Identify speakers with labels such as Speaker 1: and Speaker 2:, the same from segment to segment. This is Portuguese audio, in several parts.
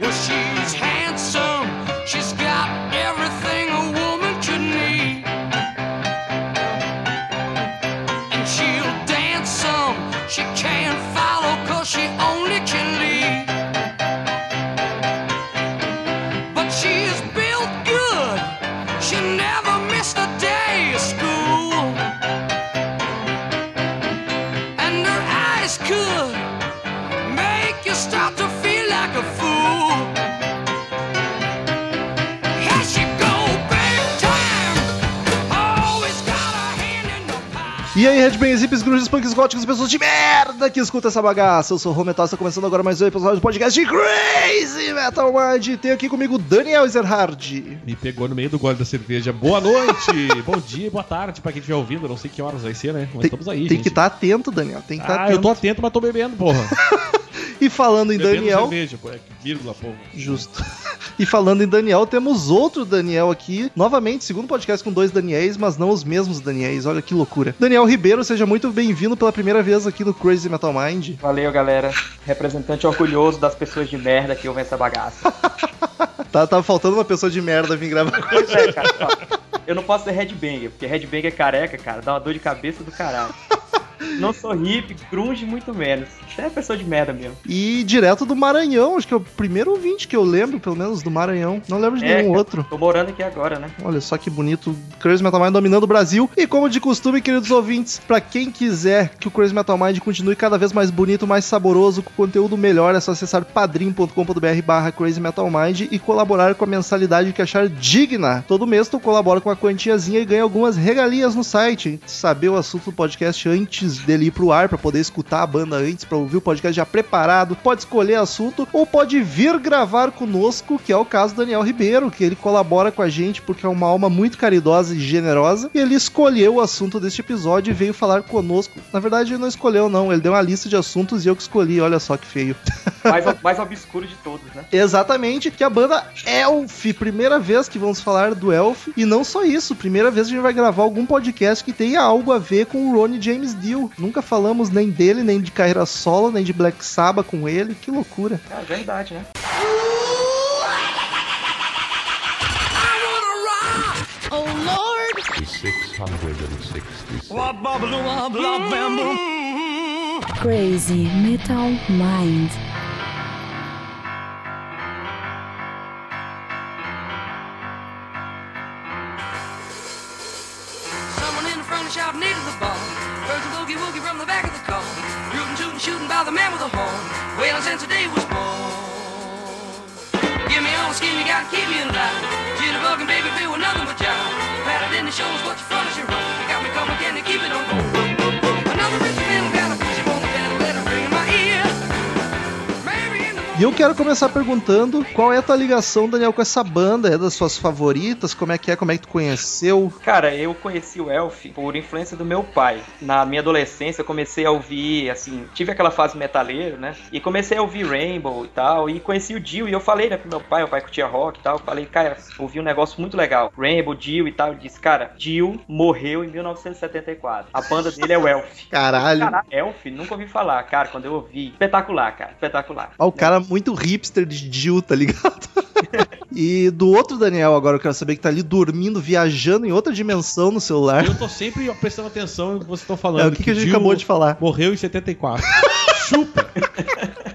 Speaker 1: Well, she's handsome. She's got everything a woman could need. And she'll dance some. She can't follow cause she only can lead. But she is built good. She never missed a day of school. And her eyes could make you start to feel like a fool. Here she go, big time. Always got her hand in the pie.
Speaker 2: E aí, Redbands, Hips, Grunges, Punks, Góticos, pessoas de merda que escuta essa bagaça. Eu sou o Rô Metal, está começando agora mais um episódio do podcast de Crazy Metal Mind. Tem aqui comigo o Daniel Ezerhard.
Speaker 3: Me pegou no meio do gole da cerveja. Boa noite, bom dia, boa tarde pra quem estiver ouvindo. Não sei que horas vai ser, né? Mas
Speaker 2: Tem-
Speaker 3: estamos aí,
Speaker 2: Tem
Speaker 3: gente.
Speaker 2: que estar atento, Daniel, tem que estar
Speaker 3: Ah, eu
Speaker 2: atento.
Speaker 3: tô atento, mas tô bebendo, porra.
Speaker 2: E falando em
Speaker 3: bebendo
Speaker 2: Daniel...
Speaker 3: cerveja, porra. Que Vírgula, porra.
Speaker 2: Justo. E falando em Daniel, temos outro Daniel aqui. Novamente, segundo podcast com dois Daniéis, mas não os mesmos Daniéis. Olha que loucura. Daniel Ribeiro, seja muito bem-vindo pela primeira vez aqui no Crazy Metal Mind.
Speaker 4: Valeu, galera. Representante orgulhoso das pessoas de merda que ouvem essa bagaça.
Speaker 2: Tá, tá faltando uma pessoa de merda vir gravar com
Speaker 4: Pois é, cara. ó, Eu não posso ser headbanger, porque headbanger é careca, cara. Dá uma dor de cabeça do caralho. Não sou hippie, grunge muito menos. Você é pessoa de merda mesmo.
Speaker 2: E direto do Maranhão, acho que é o primeiro ouvinte que eu lembro, pelo menos, do Maranhão. Não lembro de
Speaker 4: É,
Speaker 2: nenhum
Speaker 4: cara.
Speaker 2: outro.
Speaker 4: Tô morando aqui agora, né?
Speaker 2: Olha só que bonito, Crazy Metal Mind dominando o Brasil. E como de costume, queridos ouvintes, pra quem quiser que o Crazy Metal Mind continue cada vez mais bonito, mais saboroso, com conteúdo melhor, é só acessar padrim.com.br barra Crazy Metal Mind e colaborar com a mensalidade que achar digna. Todo mês tu colabora com uma quantiazinha e ganha algumas regalias no site. Saber o assunto do podcast antes dele ir pro ar, pra poder escutar a banda antes, pra ouvir o podcast já preparado, pode escolher assunto ou pode vir gravar conosco, que é o caso do Daniel Ribeiro, que ele colabora com a gente porque é uma alma muito caridosa e generosa. E ele escolheu o assunto deste episódio e veio falar conosco. Na verdade, ele não escolheu, não. Ele deu uma lista de assuntos e eu que escolhi. Olha só que feio.
Speaker 4: Mais, mais obscuro de todos, né?
Speaker 2: Exatamente, que a banda Elf, primeira vez que vamos falar do Elf, e não só isso, primeira vez que a gente vai gravar algum podcast que tenha algo a ver com o Ronnie James Dio. Nunca falamos nem dele, nem de carreira solo, nem de Black Sabbath com ele, que loucura.
Speaker 4: É verdade, né?
Speaker 1: I wanna rock. Oh Lord.
Speaker 5: 666.
Speaker 6: Crazy Metal Mind.
Speaker 1: Someone in the front of the shop needed the ball. Heard some boogie woogie from the back of the car. Rootin', tootin', shooting by the man with a horn. Wailing since the day was born. Give me all the skin you got, keep me alive. Jitterbug and baby feel with nothing but jive. Patted in the shoulders, what you front is your wrong. You got me coming again to keep it on. Another rich little got a pussy on the pedal, let her ring in my ear. Maybe in the
Speaker 2: E eu quero começar perguntando qual é a tua ligação, Daniel, com essa banda? É das suas favoritas? Como é que é? Como é que tu conheceu?
Speaker 4: Cara, eu conheci o Elf por influência do meu pai. Na minha adolescência, eu comecei a ouvir, assim, tive aquela fase metaleiro, né? E comecei a ouvir Rainbow e tal, e conheci o Dio, e eu falei, né, pro meu pai, meu pai curtia rock e tal, eu falei, cara, ouvi um negócio muito legal, Rainbow, Dio e tal, ele disse, cara, Dio morreu em 1974, a banda dele é o Elf.
Speaker 2: Caralho.
Speaker 4: Cara, Elf, nunca ouvi falar, cara, quando eu ouvi, espetacular, cara, espetacular.
Speaker 2: Ó, Ah, o cara muito hipster de Jill, tá ligado? e do outro Daniel agora, eu quero saber que tá ali dormindo, viajando em outra dimensão no celular.
Speaker 3: Eu tô sempre prestando atenção no que vocês estão falando.
Speaker 2: É o que, que a gente
Speaker 3: Jill
Speaker 2: acabou de falar.
Speaker 3: Morreu em 74. Chupa!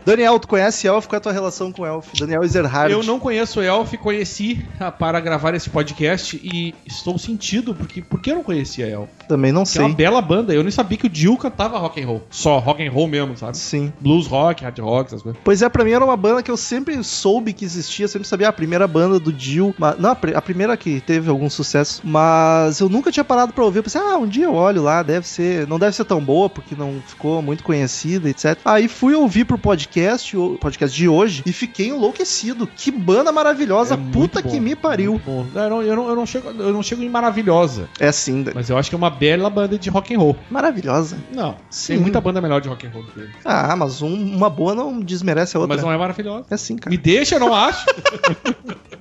Speaker 2: Daniel, tu conhece Elf? Qual é a tua relação com Elf? Daniel Ezerhard.
Speaker 3: Eu não conheço o Elf, conheci ah, para gravar esse podcast e estou sentido porque, porque eu não conhecia Elf.
Speaker 2: Também não
Speaker 3: Que é uma
Speaker 2: sei.
Speaker 3: bela banda. Eu nem sabia que o Dio cantava rock and roll. Só rock and roll mesmo, sabe?
Speaker 2: Sim.
Speaker 3: Blues rock, hard rock, essas coisas.
Speaker 2: Pois é, pra mim era uma banda que eu sempre soube que existia, sempre sabia a primeira banda do Jill. mas- não, a, pri- a primeira que teve algum sucesso, mas eu nunca tinha parado pra ouvir. Eu pensei, ah, um dia eu olho lá, deve ser. Não deve ser tão boa, porque não ficou muito conhecida, etc. Aí fui ouvir pro podcast, o podcast de hoje, e fiquei enlouquecido. Que banda maravilhosa,
Speaker 3: É muito
Speaker 2: puta
Speaker 3: bom,
Speaker 2: que me pariu.
Speaker 3: muito bom. Não, eu, não, eu, não, eu não chego, eu não chego em maravilhosa,
Speaker 2: É sim, Dani.
Speaker 3: mas eu acho que é uma bela banda de rock and roll.
Speaker 2: Maravilhosa.
Speaker 3: Não,
Speaker 2: Sim.
Speaker 3: tem muita banda melhor de rock and roll do que ele.
Speaker 2: Ah, mas um- uma boa não desmerece a outra.
Speaker 3: Mas não é maravilhosa.
Speaker 2: É sim, cara.
Speaker 3: Me deixa, eu não acho.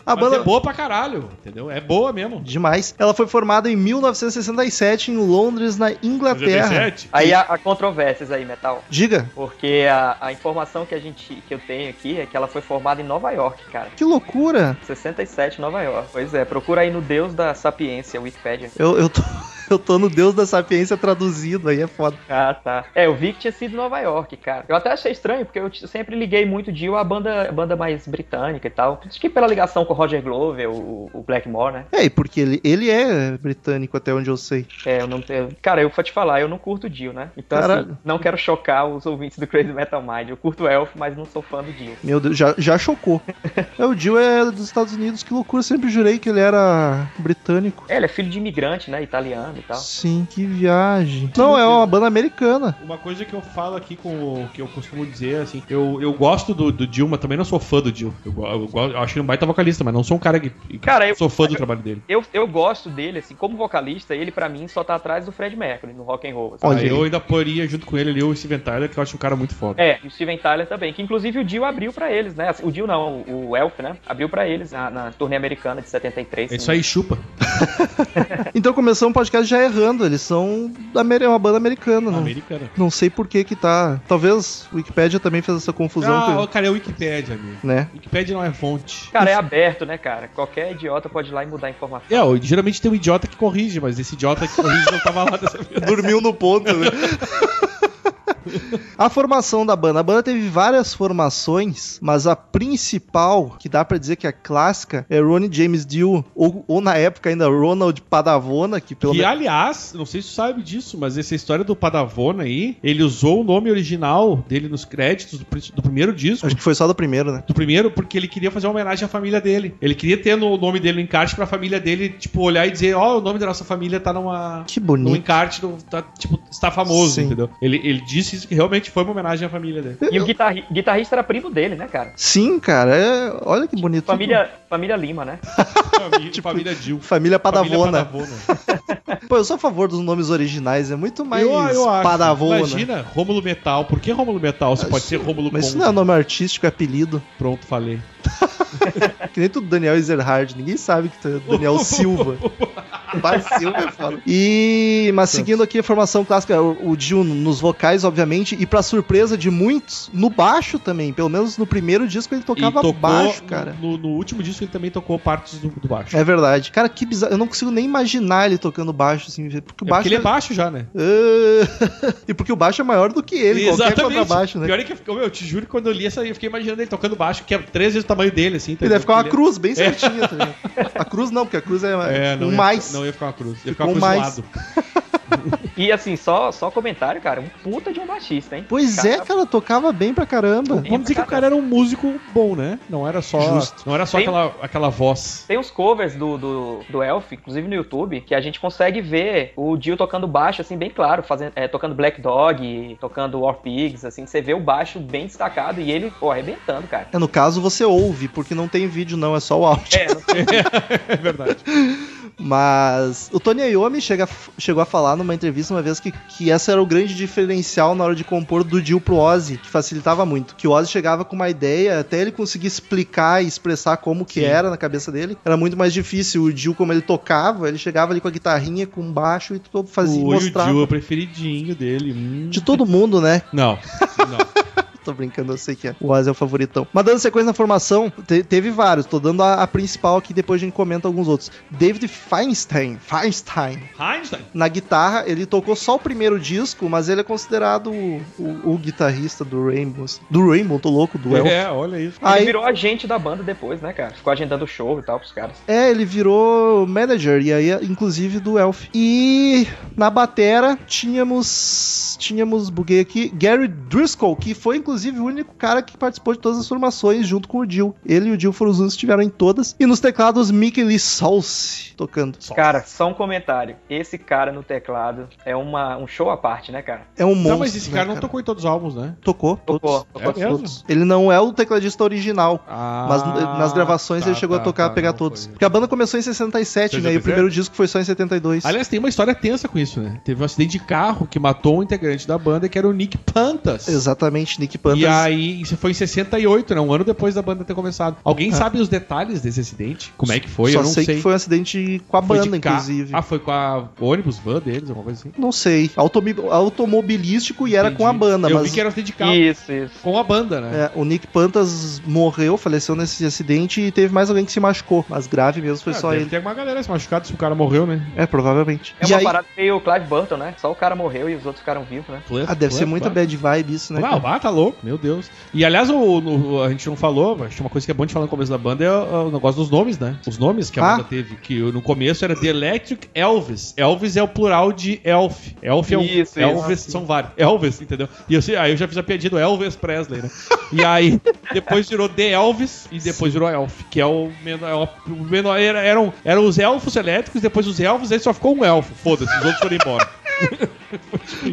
Speaker 2: A
Speaker 3: Mas
Speaker 2: banda
Speaker 3: é boa pra caralho, entendeu? É boa mesmo.
Speaker 2: demais. Ela foi formada em 1967 em Londres, na
Speaker 4: é
Speaker 2: Inglaterra.
Speaker 3: 97.
Speaker 4: Aí há, há controvérsias aí, Metal.
Speaker 2: Diga,
Speaker 4: Porque a, a informação que a gente que eu tenho aqui é que ela foi formada em Nova York, cara.
Speaker 2: que loucura!
Speaker 4: 67, Nova York. Pois é, procura aí no Deus da Sapiência, Wikipedia.
Speaker 2: Eu, eu, tô, eu tô no Deus da Sapiência traduzido aí, é foda.
Speaker 4: Ah, tá. É, eu vi que tinha sido Nova York, cara. Eu até achei estranho, porque eu t- sempre liguei muito Dio à banda, à banda mais britânica e tal. Acho que pela ligação com o Roger Glover, o, o Blackmore, né?
Speaker 2: É, e porque ele, ele é britânico até onde eu sei.
Speaker 4: É, eu não eu- Cara, eu vou te falar, eu não curto Dio, né? Então,
Speaker 2: Caralho.
Speaker 4: assim, não quero chocar os ouvintes do Crazy Metal Mind. Eu curto Elf, mas não sou fã do Dio.
Speaker 2: Meu Deus, já, já chocou. é, o Jill é dos Estados Unidos, que loucura, eu sempre jurei que ele era britânico.
Speaker 4: É, ele é filho de imigrante, né? Italiano e tal.
Speaker 2: Sim, que viagem. Não, é uma banda americana.
Speaker 3: Uma coisa que eu falo aqui com o que eu costumo dizer, assim, eu, eu gosto do, do Dilma, também não sou fã do Dilma. Eu, go- eu, go- eu acho ele um baita vocalista, mas não sou um cara que.
Speaker 4: Cara, eu-
Speaker 3: sou fã do trabalho dele.
Speaker 4: Eu, eu gosto dele, assim, como vocalista, ele pra mim só tá atrás do Fred Mercury no rock and roll. assim.
Speaker 2: Olha
Speaker 3: Aí
Speaker 2: aí.
Speaker 3: eu ainda poria junto com ele ali o Steven Tyler, que eu acho um cara muito foda.
Speaker 4: É, e o Steven Tyler também, que inclusive o Dio abriu pra eles, né? Assim, O Dio não, o o Elf, né? Abriu pra eles na, na turnê americana de 73.
Speaker 3: É
Speaker 4: se
Speaker 3: isso
Speaker 4: não
Speaker 3: aí, chupa.
Speaker 2: Então começamos o podcast já errando, eles são da Amer- é uma banda americana, não,
Speaker 3: Americana.
Speaker 2: não sei por que que tá. Talvez o Wikipedia também fez essa confusão,
Speaker 3: Ah,
Speaker 2: que-
Speaker 3: cara, é o Wikipedia, amigo.
Speaker 2: né?
Speaker 3: Wikipedia não é fonte.
Speaker 4: Cara, é aberto, né, cara? Qualquer idiota pode ir lá e mudar a informação.
Speaker 3: É, ó, geralmente tem um idiota que corrige, mas esse idiota que corrige não tava lá dessa vez.
Speaker 2: Dormiu no ponto, né? A formação da banda. A banda teve várias formações, mas a principal, que dá pra dizer que é clássica, é Ronnie James Dio, ou, ou na época ainda Ronald Padavona, que pelo
Speaker 3: E
Speaker 2: menos.
Speaker 3: aliás, não sei se tu sabe disso, mas essa história do Padavona aí, ele usou o nome original dele nos créditos do, pr- do primeiro disco.
Speaker 2: Acho que foi só do primeiro, né?
Speaker 3: Do primeiro, porque ele queria fazer uma homenagem à família dele. Ele queria ter no- o nome dele no encarte pra família dele, tipo, olhar e dizer, ó, o nome da nossa família tá numa.
Speaker 2: Que
Speaker 3: No
Speaker 2: bonito.
Speaker 3: encarte, do, tá, tipo, está famoso,
Speaker 2: Sim.
Speaker 3: entendeu? Ele, ele disse isso que realmente foi uma homenagem à família dele.
Speaker 4: E o guitarri- guitarrista era primo dele, né, cara?
Speaker 2: Sim, cara, é- olha que bonito.
Speaker 4: Família, família Lima, né?
Speaker 3: Família,
Speaker 2: Tipo,
Speaker 3: família Dil.
Speaker 2: Família Padavona.
Speaker 3: Família Padavona.
Speaker 2: Pô, eu sou a favor dos nomes originais, é muito mais
Speaker 3: eu, eu acho.
Speaker 2: Padavona.
Speaker 3: Imagina, Rômulo Metal. Por que Rômulo Metal? Você pode ser Rômulo
Speaker 2: Mas
Speaker 3: Conto.
Speaker 2: isso não é nome artístico, é apelido.
Speaker 3: Pronto, falei.
Speaker 2: Que nem tudo Daniel Ezerhard, ninguém sabe que tu é Daniel Silva. Vai Silva é foda. E mas seguindo aqui a formação clássica, o o Dio nos vocais, obviamente, e pra surpresa de muitos, no baixo também. Pelo menos no primeiro disco ele tocava baixo, cara.
Speaker 3: No, no último disco ele também tocou partes do, do baixo.
Speaker 2: É verdade. Cara, que bizarro. Eu não consigo nem imaginar ele tocando baixo, assim, porque o
Speaker 3: É
Speaker 2: baixo.
Speaker 3: porque ele é baixo já, né?
Speaker 2: Ah, e porque o baixo é maior do que ele, qualquer contrabaixo, né?
Speaker 3: Pior é que eu, fico- meu, eu te juro que quando eu li essa aí, eu fiquei imaginando ele tocando baixo, que é três vezes o tamanho dele, assim.
Speaker 2: Ele
Speaker 3: entendeu?
Speaker 2: deve ficar uma
Speaker 3: Porque
Speaker 2: cruz bem certinha também. A cruz não, porque a cruz é,
Speaker 3: É, não
Speaker 2: um
Speaker 3: ia,
Speaker 2: mais.
Speaker 3: Não ia ficar uma cruz. Ia ficar
Speaker 2: Ficou
Speaker 3: uma cruz
Speaker 2: um
Speaker 3: do
Speaker 2: mais.
Speaker 3: lado.
Speaker 4: E assim, só, só comentário, cara. Um puta de um baixista, hein?
Speaker 2: Pois é, cara, tocava bem pra caramba.
Speaker 3: Vamos dizer que o cara era um músico bom, né? Não era só,
Speaker 2: Justo.
Speaker 3: não era só
Speaker 4: Tem-
Speaker 3: aquela, aquela voz.
Speaker 4: Tem uns covers do, do, do Elf, inclusive no YouTube, que a gente consegue ver o Dio tocando baixo, assim, bem claro, fazendo, é, tocando Black Dog, tocando War Pigs, assim, você vê o baixo bem destacado e ele, pô, arrebentando, cara.
Speaker 2: É, no caso, você ouve, porque não tem vídeo, não, é só o áudio.
Speaker 4: É, não sei.
Speaker 3: É verdade.
Speaker 2: Mas o Tony Iommi chega, chegou a falar numa entrevista uma vez que, que essa era o grande diferencial na hora de compor do Dio pro Ozzy, que facilitava muito. Que o Ozzy chegava com uma ideia, até ele conseguir explicar e expressar como que
Speaker 3: Sim.
Speaker 2: era na cabeça dele, era muito mais difícil. O Dio, como ele tocava, ele chegava ali com a guitarrinha, com baixo e tudo fazia,
Speaker 3: o
Speaker 2: mostrava.
Speaker 3: Yu é o preferidinho dele. hum.
Speaker 2: De todo mundo, né?
Speaker 3: Não, não.
Speaker 2: Tô brincando, eu sei que é. o Ozzy é o favoritão. Mas dando sequência na formação, te- teve vários. Tô dando a, a principal aqui, depois a gente comenta alguns outros. David Feinstein, Feinstein.
Speaker 3: Einstein.
Speaker 2: Na guitarra, ele tocou só o primeiro disco, mas ele é considerado o, o- o guitarrista do Rainbow. assim. Do Rainbow, tô louco, do Elf.
Speaker 3: É, olha isso.
Speaker 4: Ele
Speaker 2: Aí,
Speaker 4: virou agente da banda depois, né, cara? Ficou agendando show e tal pros caras.
Speaker 2: é, ele virou manager, e aí, inclusive, do Elf. E na batera, tínhamos. Tínhamos, buguei aqui, Gary Driscoll, que foi, inclusive, o único cara que participou de todas as formações junto com o Jill. Ele e o Jill foram os únicos que estiveram em todas. E nos teclados, Mickey Lee Salce tocando.
Speaker 3: é
Speaker 4: Cara, só um comentário. Esse cara no teclado é uma, um show à parte, né, cara?
Speaker 2: É um monstro.
Speaker 3: Não, mas esse
Speaker 2: né,
Speaker 3: cara não tocou em todos os álbuns, né?
Speaker 2: Tocou, todos.
Speaker 4: Tocou. tocou
Speaker 3: É mesmo?
Speaker 2: Todos. Ele não é o tecladista original.
Speaker 3: Ah,
Speaker 2: Mas n- nas gravações
Speaker 3: tá,
Speaker 2: ele chegou
Speaker 3: tá,
Speaker 2: a tocar,
Speaker 3: tá,
Speaker 2: pegar
Speaker 3: não
Speaker 2: todos.
Speaker 3: foi.
Speaker 2: Porque a banda começou em 67,
Speaker 3: Vocês
Speaker 2: né? E o
Speaker 3: já
Speaker 2: primeiro disco foi só em 72.
Speaker 3: Aliás, tem uma história tensa com isso, né? Teve um acidente de carro que matou um integrante da banda, que era o Nick Pantas.
Speaker 2: Exatamente, Nick Panthers.
Speaker 3: E aí, isso foi em 68, né? Um ano depois da banda ter começado. Alguém
Speaker 2: Ah.
Speaker 3: sabe os detalhes desse acidente? Como é que foi?
Speaker 2: Só
Speaker 3: Eu não sei.
Speaker 2: sei, que foi um acidente com a
Speaker 3: Foi de
Speaker 2: banda,
Speaker 3: ca-
Speaker 2: inclusive.
Speaker 3: Ah, foi com a ônibus, van deles, alguma coisa assim?
Speaker 2: Não sei. Automi- automobilístico e era
Speaker 3: Entendi.
Speaker 2: com a banda,
Speaker 3: Eu
Speaker 2: mas
Speaker 3: vi que era um acidente de carro
Speaker 4: Isso, isso.
Speaker 3: com a banda, né?
Speaker 2: É, o Nick Pantas morreu, faleceu nesse acidente e teve mais alguém que se machucou. Mas grave mesmo foi
Speaker 3: Ah,
Speaker 2: só
Speaker 3: deve
Speaker 2: ele.
Speaker 3: ter uma galera se machucada se o cara morreu, né?
Speaker 2: É, provavelmente.
Speaker 4: É
Speaker 2: e
Speaker 4: uma
Speaker 2: aí,
Speaker 4: parada meio Clive Burton, né? Só o cara morreu e os outros ficaram vivos, né?
Speaker 2: ah, deve ser muita bad vibe isso, né?
Speaker 3: Ah, o
Speaker 2: cara?
Speaker 3: Bar tá louco, meu Deus. E aliás, o, o- a gente não falou, mas tinha uma coisa que é bom de falar no começo da banda é o, o negócio dos nomes, né? Os nomes que a
Speaker 2: Ah.
Speaker 3: banda teve, que no começo era The Electric Elvis. Elvis é o plural de Elf. Elf é um.
Speaker 4: Isso,
Speaker 3: Elvis são vários. Elvis, entendeu? E eu, sei- aí eu já fiz a piadinha do Elvis Presley, né? E aí depois virou The Elvis e depois virou Elf, que é o menor. é o menor- era- eram, eram os elfos elétricos, depois os elfos, aí só ficou um elfo. Foda-se, os outros foram embora.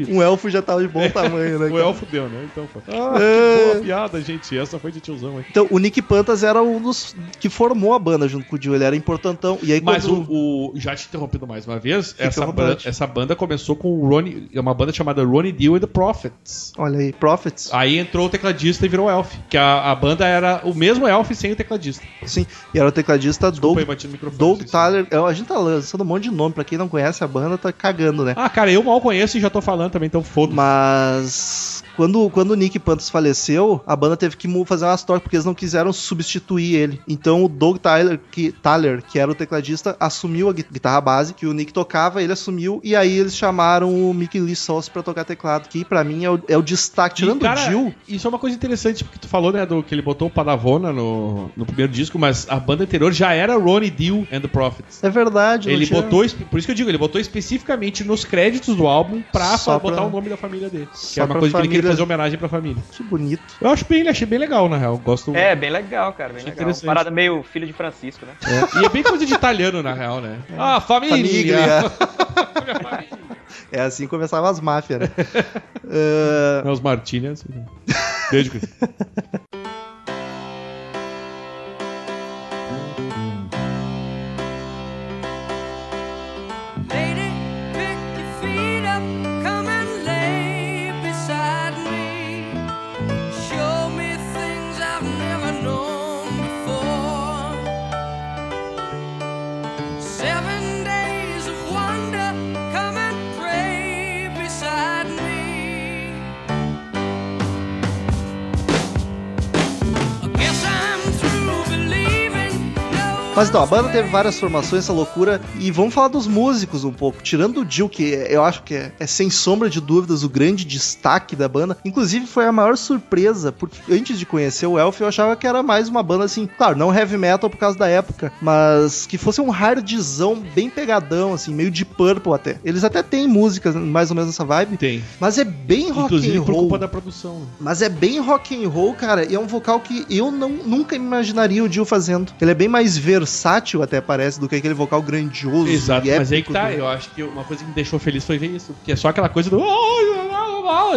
Speaker 2: Um elfo já tava de bom tamanho, né?
Speaker 3: O
Speaker 2: cara?
Speaker 3: É. elfo deu, né? Então foi. Ah,
Speaker 2: É.
Speaker 3: que boa piada, gente. Essa foi de tiozão, hein?
Speaker 2: Então, o Nick Pantas era um dos que formou a banda junto com o Dio. Ele era importantão. E aí,
Speaker 3: Mas
Speaker 2: quando...
Speaker 3: o, o- Já te interrompendo mais uma vez,
Speaker 2: Fica à
Speaker 3: essa,
Speaker 2: vontade.
Speaker 3: ban- essa banda começou com o Ronnie. É uma banda chamada Ronnie Dio and the Prophets.
Speaker 2: Olha aí, Prophets.
Speaker 3: Aí entrou o tecladista e virou Elf. Que a, a banda era o mesmo Elf sem o tecladista.
Speaker 2: Sim. E era o tecladista
Speaker 3: Desculpa aí,
Speaker 2: Doug,
Speaker 3: bati no microfone.
Speaker 2: Doug
Speaker 3: sim, sim.
Speaker 2: Tyler. É, A gente tá lançando um monte de nome. Pra quem não conhece a banda, tá cagando, né?
Speaker 3: Ah, cara, eu mal conheço e já tô falando também, então foda-se.
Speaker 2: Mas quando, quando o Nick Pantos faleceu, a banda teve que mu- fazer umas trocas porque eles não quiseram substituir ele. Então o Doug Tyler, que, Tyler, que era o tecladista, assumiu a gui- guitarra base que o Nick tocava, ele assumiu e aí eles chamaram o Mickey Lee Sauce pra tocar teclado, que pra mim é o, é o destaque. Tirando
Speaker 3: E, cara,
Speaker 2: o Jill,
Speaker 3: Isso é uma coisa interessante, porque tu falou, né, do que ele botou o Padavona no, no primeiro disco, mas a banda anterior já era Ronnie Dio and the Prophets.
Speaker 2: é verdade. não
Speaker 3: Ele
Speaker 2: tinha-
Speaker 3: botou, espe- por isso que eu digo, ele botou especificamente nos créditos do álbum pra
Speaker 2: Só
Speaker 3: fa- botar
Speaker 2: pra-
Speaker 3: o nome da família dele. Que
Speaker 2: só
Speaker 3: era uma
Speaker 2: pra
Speaker 3: coisa que ele
Speaker 2: família-
Speaker 3: queria fazer homenagem pra família.
Speaker 2: Que bonito.
Speaker 3: Eu acho bem, achei bem legal, na real. Gosto.
Speaker 4: É, bem legal, cara, bem legal.
Speaker 3: Interessante.
Speaker 4: Parada meio filho de Francisco, né?
Speaker 3: É. E é bem coisa de italiano, na real, né? Ah, família!
Speaker 2: É. Família. É assim que começavam as máfias, né? Ah,
Speaker 3: Não, os Martini, assim. né? Beijo, Cris.
Speaker 1: Lady, pick your feet up, come and lay beside me. Show me things I've never known before. Seven days of wonder, come and pray beside me. I guess I'm through believing. no
Speaker 2: Mas então, a
Speaker 1: one's
Speaker 2: banda teve
Speaker 1: way.
Speaker 2: várias formações, essa loucura. E vamos falar dos músicos um pouco. Tirando o Dio, que eu acho que é, é sem sombra de dúvidas o grande destaque da banda. Inclusive, foi a maior surpresa, porque antes de conhecer o Elf, eu achava que era mais uma banda assim, claro, não heavy metal por causa da época, mas que fosse um hardzão bem pegadão, assim, meio de purple até. Eles até têm músicas mais ou menos nessa vibe,
Speaker 3: Tem.
Speaker 2: mas é bem rock
Speaker 3: Inclusive
Speaker 2: and
Speaker 3: por
Speaker 2: roll.
Speaker 3: culpa da produção. né?
Speaker 2: Mas é bem rock and roll, cara, e é um vocal que eu não, nunca imaginaria o Dio fazendo. Ele é bem mais versátil, até parece, do que aquele vocal grandioso.
Speaker 3: Exato,
Speaker 2: e épico
Speaker 3: mas aí que tá.
Speaker 2: do-
Speaker 3: Eu acho que uma coisa que me deixou feliz foi ver isso. Porque é só aquela coisa do.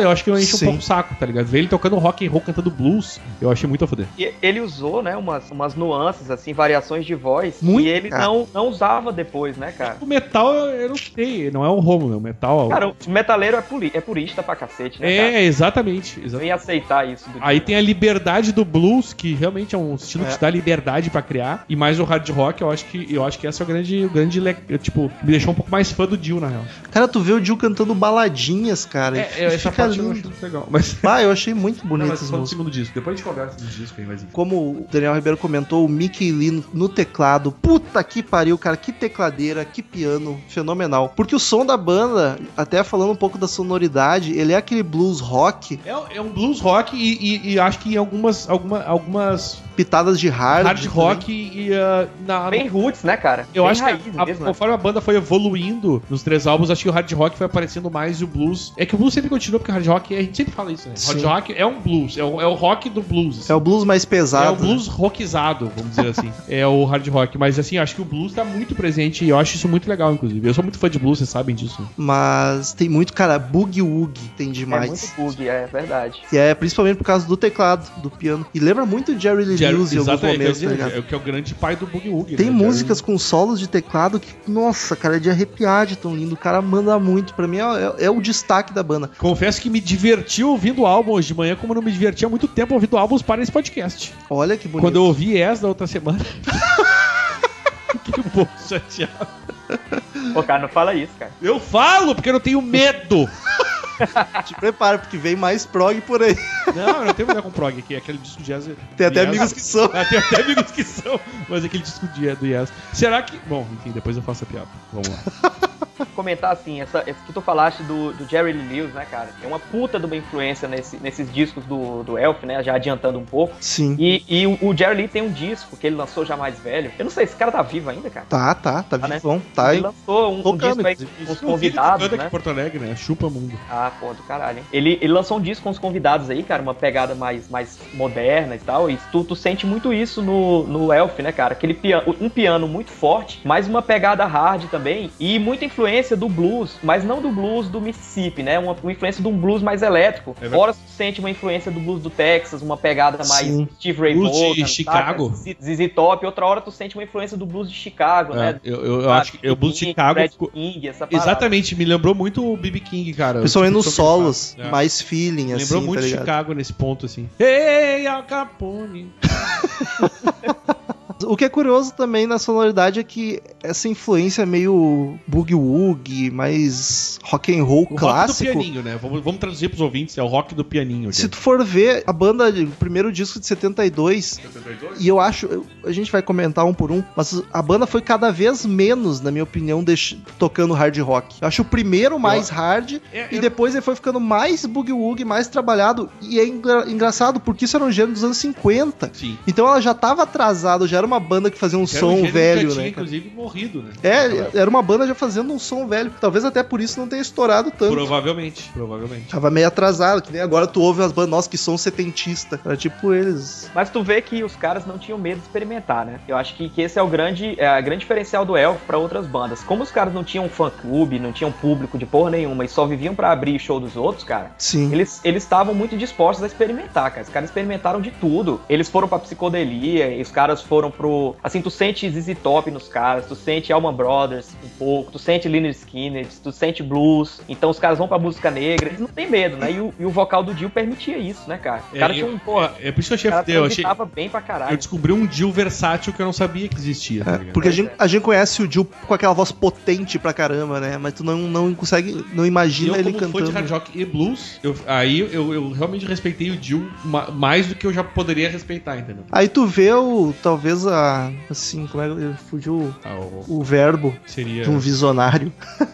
Speaker 3: Eu acho que eu enche um
Speaker 2: Sim.
Speaker 3: pouco o saco, tá ligado? Ver ele tocando rock and roll, cantando blues, eu achei muito a foder.
Speaker 4: E ele usou, né, umas, umas nuances, assim, variações de voz.
Speaker 2: Muito,
Speaker 4: e ele
Speaker 2: cara.
Speaker 4: não, não usava depois, né, cara?
Speaker 3: O metal, eu, eu não sei, não é um romo, meu. Metal
Speaker 4: Cara, o metaleiro é, puri, é purista pra cacete, né, cara?
Speaker 3: é, exatamente.
Speaker 4: Não
Speaker 3: exatamente.
Speaker 4: ia aceitar isso. do
Speaker 3: Aí
Speaker 4: tipo.
Speaker 3: tem a liberdade do blues, que realmente é um estilo que
Speaker 2: É.
Speaker 3: te dá liberdade pra criar. E mais o hard rock, eu acho que eu acho que essa é o grande, o grande le- tipo, me deixou um pouco mais fã do Dio, na real.
Speaker 2: Cara, tu vê o Dio cantando baladinhas, cara.
Speaker 3: É,
Speaker 2: e
Speaker 3: é essa
Speaker 2: fica
Speaker 3: parte eu
Speaker 2: lindo.
Speaker 3: acho muito legal. Mas
Speaker 2: Ah, eu achei muito bonito
Speaker 3: não, mas
Speaker 2: as
Speaker 3: só no
Speaker 2: músicas.
Speaker 3: segundo disco. Depois a gente conversa do disco aí, mas enfim.
Speaker 2: Como o Daniel Ribeiro comentou, o Mickey Lee no- no teclado. Puta que pariu, cara. Que tecladeira, que piano. Fenomenal. Porque o som da banda, até falando um pouco da sonoridade, ele é aquele blues rock,
Speaker 3: É, é um blues rock e, e- e acho que em algumas, alguma, algumas
Speaker 2: pitadas de hard.
Speaker 3: hard, rock e ah, na,
Speaker 4: Bem roots, né, cara?
Speaker 3: Eu
Speaker 4: Bem
Speaker 3: acho
Speaker 4: raiz
Speaker 3: que a-
Speaker 4: mesmo, né?
Speaker 3: conforme a banda foi evoluindo nos três álbuns, acho que o hard rock foi aparecendo mais e o blues. É que o blues sempre continua, porque o hard rock, é- a gente sempre fala isso, né?
Speaker 2: Sim.
Speaker 3: Hard rock é um blues, é o, é o rock do blues.
Speaker 2: É o blues mais pesado.
Speaker 3: É o
Speaker 2: né?
Speaker 3: blues rockizado, vamos dizer assim. é o hard rock. Mas assim, acho que o blues tá muito presente e eu acho isso muito legal, inclusive. Eu sou muito fã de blues, vocês sabem disso. né?
Speaker 2: Mas tem muito, cara, boogie woogie tem
Speaker 4: É
Speaker 2: demais.
Speaker 4: muito bug, é verdade.
Speaker 2: e é principalmente por causa do teclado, do piano. E lembra muito Jerry Lee Lewis em alguns
Speaker 3: exatamente,
Speaker 2: momentos, tá
Speaker 3: é,
Speaker 2: ligado?
Speaker 3: é o que é o grande pai do Boogie Woogie.
Speaker 2: Tem
Speaker 3: né, Jerry?
Speaker 2: músicas com solos de teclado que, nossa, cara, é de arrepiar de tão lindo. O cara manda muito. Pra mim é, é- é o destaque da banda.
Speaker 3: Com confesso que me diverti ouvindo o álbum hoje de manhã, como não me divertia há muito tempo ouvindo álbuns para esse podcast.
Speaker 2: Olha que bonito.
Speaker 3: Quando eu ouvi Yes da outra semana. Fiquei um pouco chateado.
Speaker 4: Pô, cara, não fala isso, cara.
Speaker 3: Eu falo porque eu não tenho medo.
Speaker 2: Te prepara, porque vem mais prog por aí.
Speaker 3: Não, eu não tenho mulher com prog aqui. é Aquele disco de Yes.
Speaker 2: Tem até
Speaker 3: Yes-
Speaker 2: amigos que são.
Speaker 3: Ah, tem até amigos que são. Mas aquele disco de, do Yes. Será que. Bom, enfim, depois eu faço a piada. Vamos lá.
Speaker 4: comentar assim, essa, esse que tu falaste do, do Jerry Lee Lewis, né, cara? É uma puta de uma influência nesse- nesses discos do, do Elf, né? Já adiantando um pouco.
Speaker 2: Sim.
Speaker 4: E, e o, o Jerry Lee tem um disco que ele lançou já mais velho. Eu não sei, esse cara tá vivo ainda, cara.
Speaker 2: Tá, tá, tá
Speaker 4: Tá, né?
Speaker 2: vivão. Tá,
Speaker 4: ele
Speaker 2: hein?
Speaker 4: lançou um, um
Speaker 2: tocando,
Speaker 4: disco aí
Speaker 2: inclusive.
Speaker 4: com os
Speaker 3: Eu vi ele
Speaker 4: convidados,
Speaker 3: tocando aqui
Speaker 4: né?
Speaker 3: em Porto Alegre, né? Chupa mundo.
Speaker 4: Ah, pô, do caralho, hein? Ele, ele lançou um disco com os convidados aí, cara, uma pegada mais, mais moderna e tal. E tu, tu sente muito isso no, no Elf, né, cara? Aquele piano, um piano muito forte, mas uma pegada hard também. E muita influência do blues, mas não do blues do Mississippi, né? Uma, uma influência de um blues mais elétrico.
Speaker 3: verdade.
Speaker 4: Fora tu sente uma influência do blues do Texas, uma pegada mais
Speaker 2: Sim.
Speaker 4: Steve Ray
Speaker 3: Blues de
Speaker 4: Vaughan, saca?
Speaker 3: Chicago.
Speaker 4: Z- ZZ Top. Outra hora tu sente uma influência do blues de Chicago, né?
Speaker 3: É, eu, eu, eu acho que eu, Blues de Chicago.
Speaker 4: Fred
Speaker 3: ficou-
Speaker 4: King, essa parada.
Speaker 3: Exatamente, me lembrou muito o BB King, cara.
Speaker 2: Principalmente nos
Speaker 3: Eu sou muito
Speaker 2: solos,
Speaker 3: fã. É.
Speaker 2: mais feeling, assim,
Speaker 3: Lembrou muito
Speaker 2: tá ligado?
Speaker 3: Chicago nesse ponto, assim. Ei, Al Capone.
Speaker 2: O que é curioso também na sonoridade é que essa influência é meio boogie-woogie, mais rock and roll
Speaker 3: O rock do
Speaker 2: clássico.
Speaker 3: pianinho, né? Vamos, vamos traduzir pros ouvintes, é o rock do pianinho.
Speaker 2: Se tu for ver a banda, o primeiro disco de 72, E eu acho, eu- a gente vai comentar um por um, mas a banda foi cada vez menos, na minha opinião, deix- tocando hard rock. Eu acho o primeiro mais hard
Speaker 3: É,
Speaker 2: e
Speaker 3: eu-
Speaker 2: depois ele foi ficando mais boogie-woogie, mais trabalhado. E é engra- engraçado porque isso era um gênero dos anos 50.
Speaker 3: Sim.
Speaker 2: Então ela já tava atrasada, já era uma banda que fazia um
Speaker 3: Era um
Speaker 2: som
Speaker 3: gênero que
Speaker 2: velho,
Speaker 3: já tinha,
Speaker 2: né? cara?
Speaker 3: inclusive, morrido, né? Naquela
Speaker 2: É,
Speaker 3: época.
Speaker 2: era uma banda já fazendo um som velho. Talvez até por isso não tenha estourado tanto.
Speaker 3: Provavelmente, provavelmente.
Speaker 2: Tava meio atrasado, que nem agora tu ouve as bandas, nossa, que som setentista. Era tipo eles.
Speaker 4: Mas tu vê que os caras não tinham medo de experimentar, né? Eu acho que, que esse é o grande, é, a grande diferencial do Elf pra outras bandas. Como os caras não tinham fã-clube, não tinham público de porra nenhuma e só viviam pra abrir show dos outros, cara.
Speaker 2: Sim.
Speaker 4: Eles eles estavam muito dispostos a experimentar, cara. Os caras experimentaram de tudo. Eles foram pra psicodelia, e os caras foram pro. Assim, tu sente ZZ Top nos caras, tu sente Alman Brothers um pouco, tu sente Lynyrd Skinner, tu sente blues. Então os caras vão pra música negra, eles não têm medo, né? E o, e o vocal do Dio permitia isso, né, cara? O cara
Speaker 3: É,
Speaker 4: tinha
Speaker 3: eu-
Speaker 4: um, porra,
Speaker 3: É por isso que eu achei
Speaker 4: cara
Speaker 3: FD, eu achei.
Speaker 4: transitava bem pra caralho.
Speaker 3: Eu descobri um Jill versátil que eu não sabia que existia, tá ligado?
Speaker 2: Porque a
Speaker 4: Pois
Speaker 2: gente,
Speaker 4: é.
Speaker 2: a gente conhece o Jill com aquela voz potente pra caramba, né? Mas tu não, não consegue, não
Speaker 3: E eu,
Speaker 2: imagina ele
Speaker 3: como fã
Speaker 2: cantando.
Speaker 3: de hard rock e blues, eu- aí eu, eu realmente respeitei o Jill ma- mais do que eu já poderia respeitar, entendeu?
Speaker 2: Aí tu vê o, talvez a, assim, como é que fugiu
Speaker 3: Ah, o-
Speaker 2: o verbo
Speaker 3: seria.
Speaker 2: de um visionário.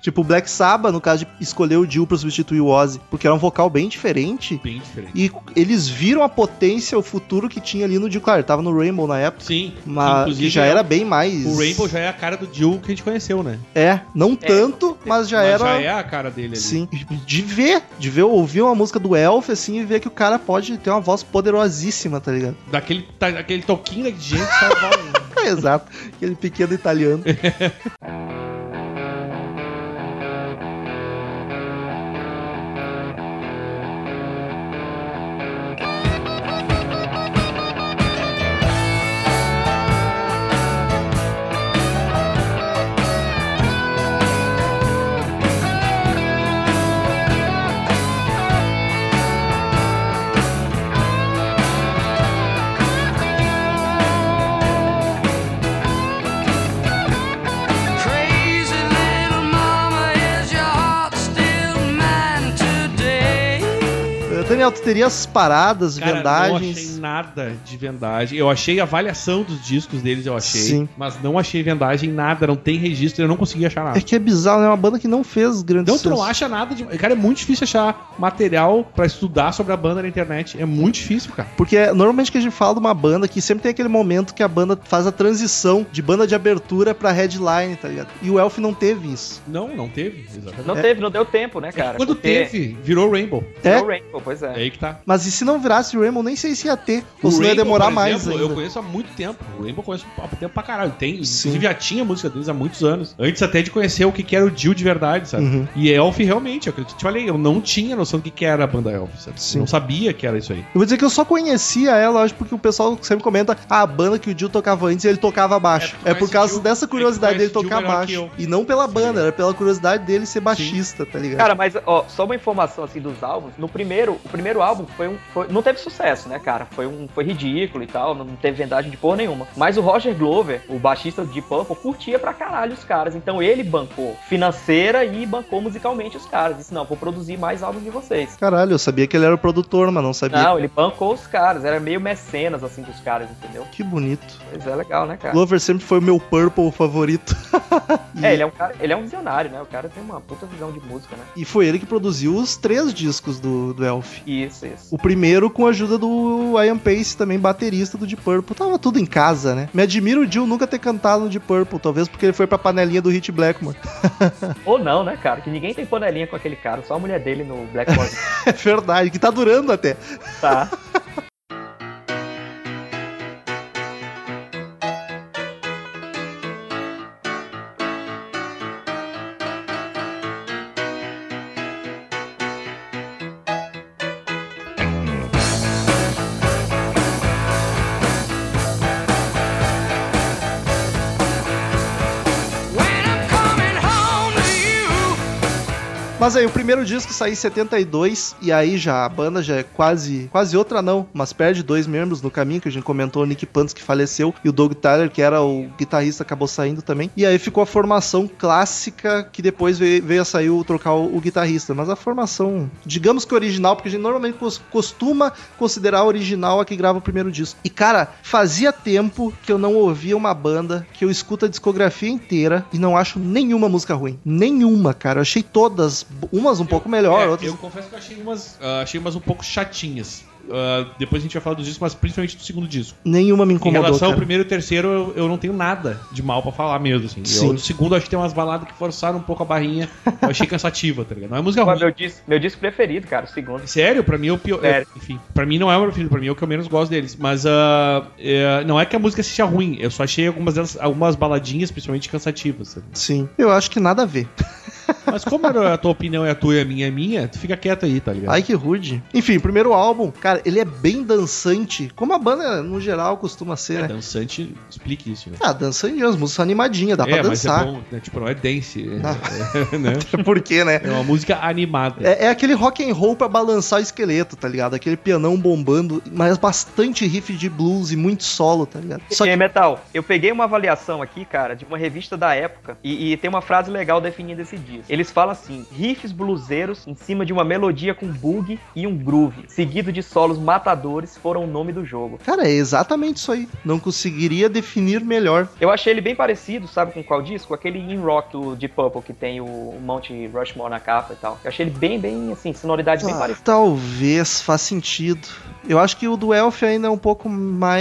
Speaker 2: tipo, o Black Sabbath, no caso, de escolher o Jill pra substituir o Ozzy, porque era um vocal bem diferente.
Speaker 3: Bem diferente.
Speaker 2: E eles viram a potência, o futuro que tinha ali no Jill. Claro, ele tava no Rainbow na época,
Speaker 3: Sim,
Speaker 2: mas que já era bem mais...
Speaker 3: é O Rainbow já é a cara do Jill que a gente conheceu, né?
Speaker 2: É, não tanto, mas já
Speaker 3: Mas
Speaker 2: era...
Speaker 3: já é a cara dele ali.
Speaker 2: Sim, de ver, de ver, ouvir uma música do Elf, assim, e ver que o cara pode ter uma voz poderosíssima, tá ligado?
Speaker 3: Daquele, ta- aquele toquinho de gente salvando.
Speaker 2: É, exato, aquele pequeno italiano.
Speaker 1: Crazy little mama, is your heart still mine today?
Speaker 2: Eh, Daniel, tu teria as paradas,
Speaker 3: Cara, não achei
Speaker 2: vendagens.
Speaker 3: nada de vendagem. Eu achei a avaliação dos discos deles, eu achei.
Speaker 2: Sim.
Speaker 3: Mas não achei vendagem, nada. Não tem registro, eu não consegui achar nada.
Speaker 2: É que é bizarro, né? É uma banda que não fez grandes
Speaker 3: Então tu não
Speaker 2: sucessos.
Speaker 3: acha nada de. Cara, é muito difícil achar material pra estudar sobre a banda na internet. É muito difícil, cara.
Speaker 2: Porque é, normalmente que a gente fala de uma banda que sempre tem aquele momento que a banda faz a transição de banda de abertura pra headline, tá ligado? E o Elf não teve isso.
Speaker 3: Não, não teve. Exatamente.
Speaker 4: Não
Speaker 2: É.
Speaker 4: teve, não deu tempo, né,
Speaker 3: É que
Speaker 4: cara?
Speaker 3: Quando
Speaker 4: Porque
Speaker 3: teve, virou Rainbow.
Speaker 4: É.
Speaker 2: É,
Speaker 4: o Rainbow, pois é.
Speaker 3: É aí que tá.
Speaker 2: Mas e se não virasse Rainbow, nem sei se ia ter. Ou
Speaker 3: O
Speaker 2: se não ia
Speaker 3: Rainbow,
Speaker 2: demorar
Speaker 3: por
Speaker 2: mais
Speaker 3: exemplo,
Speaker 2: ainda.
Speaker 3: Eu conheço há muito tempo. O Rainbow eu conheço há tempo pra caralho. Tem,
Speaker 2: Sim.
Speaker 3: inclusive já tinha música deles há muitos anos. Antes até de conhecer o que, que era o Jill de verdade, sabe?
Speaker 2: Uhum.
Speaker 3: E Elf realmente, eu acredito, te falei, eu não tinha noção do que, que era a banda Elf, sabe?
Speaker 2: Sim.
Speaker 3: Não sabia que era isso aí.
Speaker 2: Eu vou dizer que eu só conhecia ela, acho, porque o pessoal sempre comenta ah, a banda que o Dio tocava antes e ele tocava baixo. É,
Speaker 3: É, tu
Speaker 2: por
Speaker 3: conhece
Speaker 2: causa
Speaker 3: Dio-
Speaker 2: dessa
Speaker 3: é que tu
Speaker 2: curiosidade dele
Speaker 3: conhece Dio
Speaker 2: tocar
Speaker 3: melhor
Speaker 2: baixo.
Speaker 3: que
Speaker 2: E não pela banda, era pela curiosidade dele ser baixista, tá ligado?
Speaker 4: Cara, mas ó, só uma informação assim dos álbuns. No primeiro, o primeiro álbum foi um, foi- não teve sucesso, né, cara? Foi um, foi ridículo e tal, não teve vendagem de porra nenhuma. Mas o Roger Glover, o baixista de Purple, curtia pra caralho os caras. Então ele bancou financeira e bancou musicalmente os caras. Disse não, vou produzir mais álbuns de vocês.
Speaker 2: Caralho, eu sabia que ele era o produtor, mas não sabia.
Speaker 4: Não, ele bancou os caras. Era meio mecenas assim dos caras, entendeu?
Speaker 2: Que bonito.
Speaker 4: Pois é, legal, né, cara?
Speaker 2: Glover sempre foi o meu Purple favorito.
Speaker 4: É, ele é um cara, ele é um visionário, né? O cara tem uma puta visão de música, né?
Speaker 2: E foi ele que produziu os três discos do, do Elf.
Speaker 4: Isso, isso.
Speaker 2: O primeiro com a ajuda do Ian Pace, também baterista do Deep Purple. Tava tudo em casa, né? Me admira o Jill nunca ter cantado no Deep Purple, talvez porque ele foi pra panelinha do Hit Blackmore.
Speaker 4: Ou não, né, cara? Que ninguém tem panelinha com aquele cara, só a mulher dele no Blackboard.
Speaker 2: É verdade, que tá durando até.
Speaker 4: tá.
Speaker 1: When I'm coming home to you.
Speaker 2: Mas aí, o primeiro disco saiu em 72, e aí já a banda já é quase, quase outra não, mas perde dois membros no caminho, que a gente comentou, o Nick Pantz que faleceu, e o Doug Tyler, que era o guitarrista, acabou saindo também. E aí ficou a formação clássica, que depois veio, veio a sair o trocar o, o guitarrista. Mas a formação, digamos que original, porque a gente normalmente cos- costuma considerar a original a que grava o primeiro disco. E cara, fazia tempo que eu não ouvia uma banda que eu escuto a discografia inteira e não acho nenhuma música ruim. Nenhuma, cara. Eu achei todas, bo- umas um pouco melhor,
Speaker 3: É,
Speaker 2: outras.
Speaker 3: Eu confesso que eu achei umas, ah, achei umas um pouco chatinhas. Ah, depois a gente vai falar do disco, mas principalmente do segundo disco.
Speaker 2: Nenhuma me
Speaker 3: Em
Speaker 2: incomodou.
Speaker 3: relação ao
Speaker 2: cara.
Speaker 3: primeiro e terceiro, eu, eu não tenho nada de mal pra falar mesmo. Assim.
Speaker 2: Sim.
Speaker 3: Eu, no segundo, acho que tem umas baladas que forçaram um pouco a barrinha. Eu achei cansativa, tá ligado? Não é música
Speaker 4: Pô,
Speaker 3: ruim.
Speaker 4: meu, disco, meu disco preferido, cara, o segundo.
Speaker 3: Sério, pra mim é o pior.
Speaker 4: Sério.
Speaker 3: é, Enfim, pra mim não é o meu preferido, pra mim é o que eu menos gosto deles. Mas ah, é, não é que a música seja ruim, eu só achei algumas, delas, algumas baladinhas, principalmente cansativas. sabe?
Speaker 2: Sim. Eu acho que nada a ver.
Speaker 3: Mas como era a tua opinião é a tua e a minha é minha, tu fica quieto aí, tá ligado?
Speaker 2: Ai, que rude. Enfim, primeiro álbum, cara, ele é bem dançante, como a banda no geral costuma ser, né?
Speaker 3: Dançante, explique isso, né?
Speaker 2: Ah, dançante, as músicas são animadinhas, dá pra dançar.
Speaker 3: mas é bom, né? Tipo, não é dance, é,
Speaker 2: Não.
Speaker 3: é, né?
Speaker 2: Por quê, né?
Speaker 3: É uma música animada.
Speaker 2: É, é aquele rock and roll pra balançar o esqueleto, tá ligado? Aquele pianão bombando, mas bastante riff de blues e muito solo, tá ligado? Só
Speaker 4: E aí,
Speaker 2: que
Speaker 4: Metal, eu peguei uma avaliação aqui, cara, de uma revista da época, e, e tem uma frase legal definindo esse disco. Eles falam assim: riffs bluseiros em cima de uma melodia com bug e um groove, seguido de solos matadores, foram o nome do jogo.
Speaker 2: Cara, é exatamente isso aí. Não conseguiria definir melhor.
Speaker 4: Eu achei ele bem parecido, sabe com qual disco? Aquele In Rock do Deep Purple, que tem o, o Mount Rushmore na capa e tal. Eu achei ele bem, bem, assim, sonoridade bem
Speaker 2: Ah,
Speaker 4: parecida.
Speaker 2: talvez faz sentido. Eu acho que o do Elf ainda é um pouco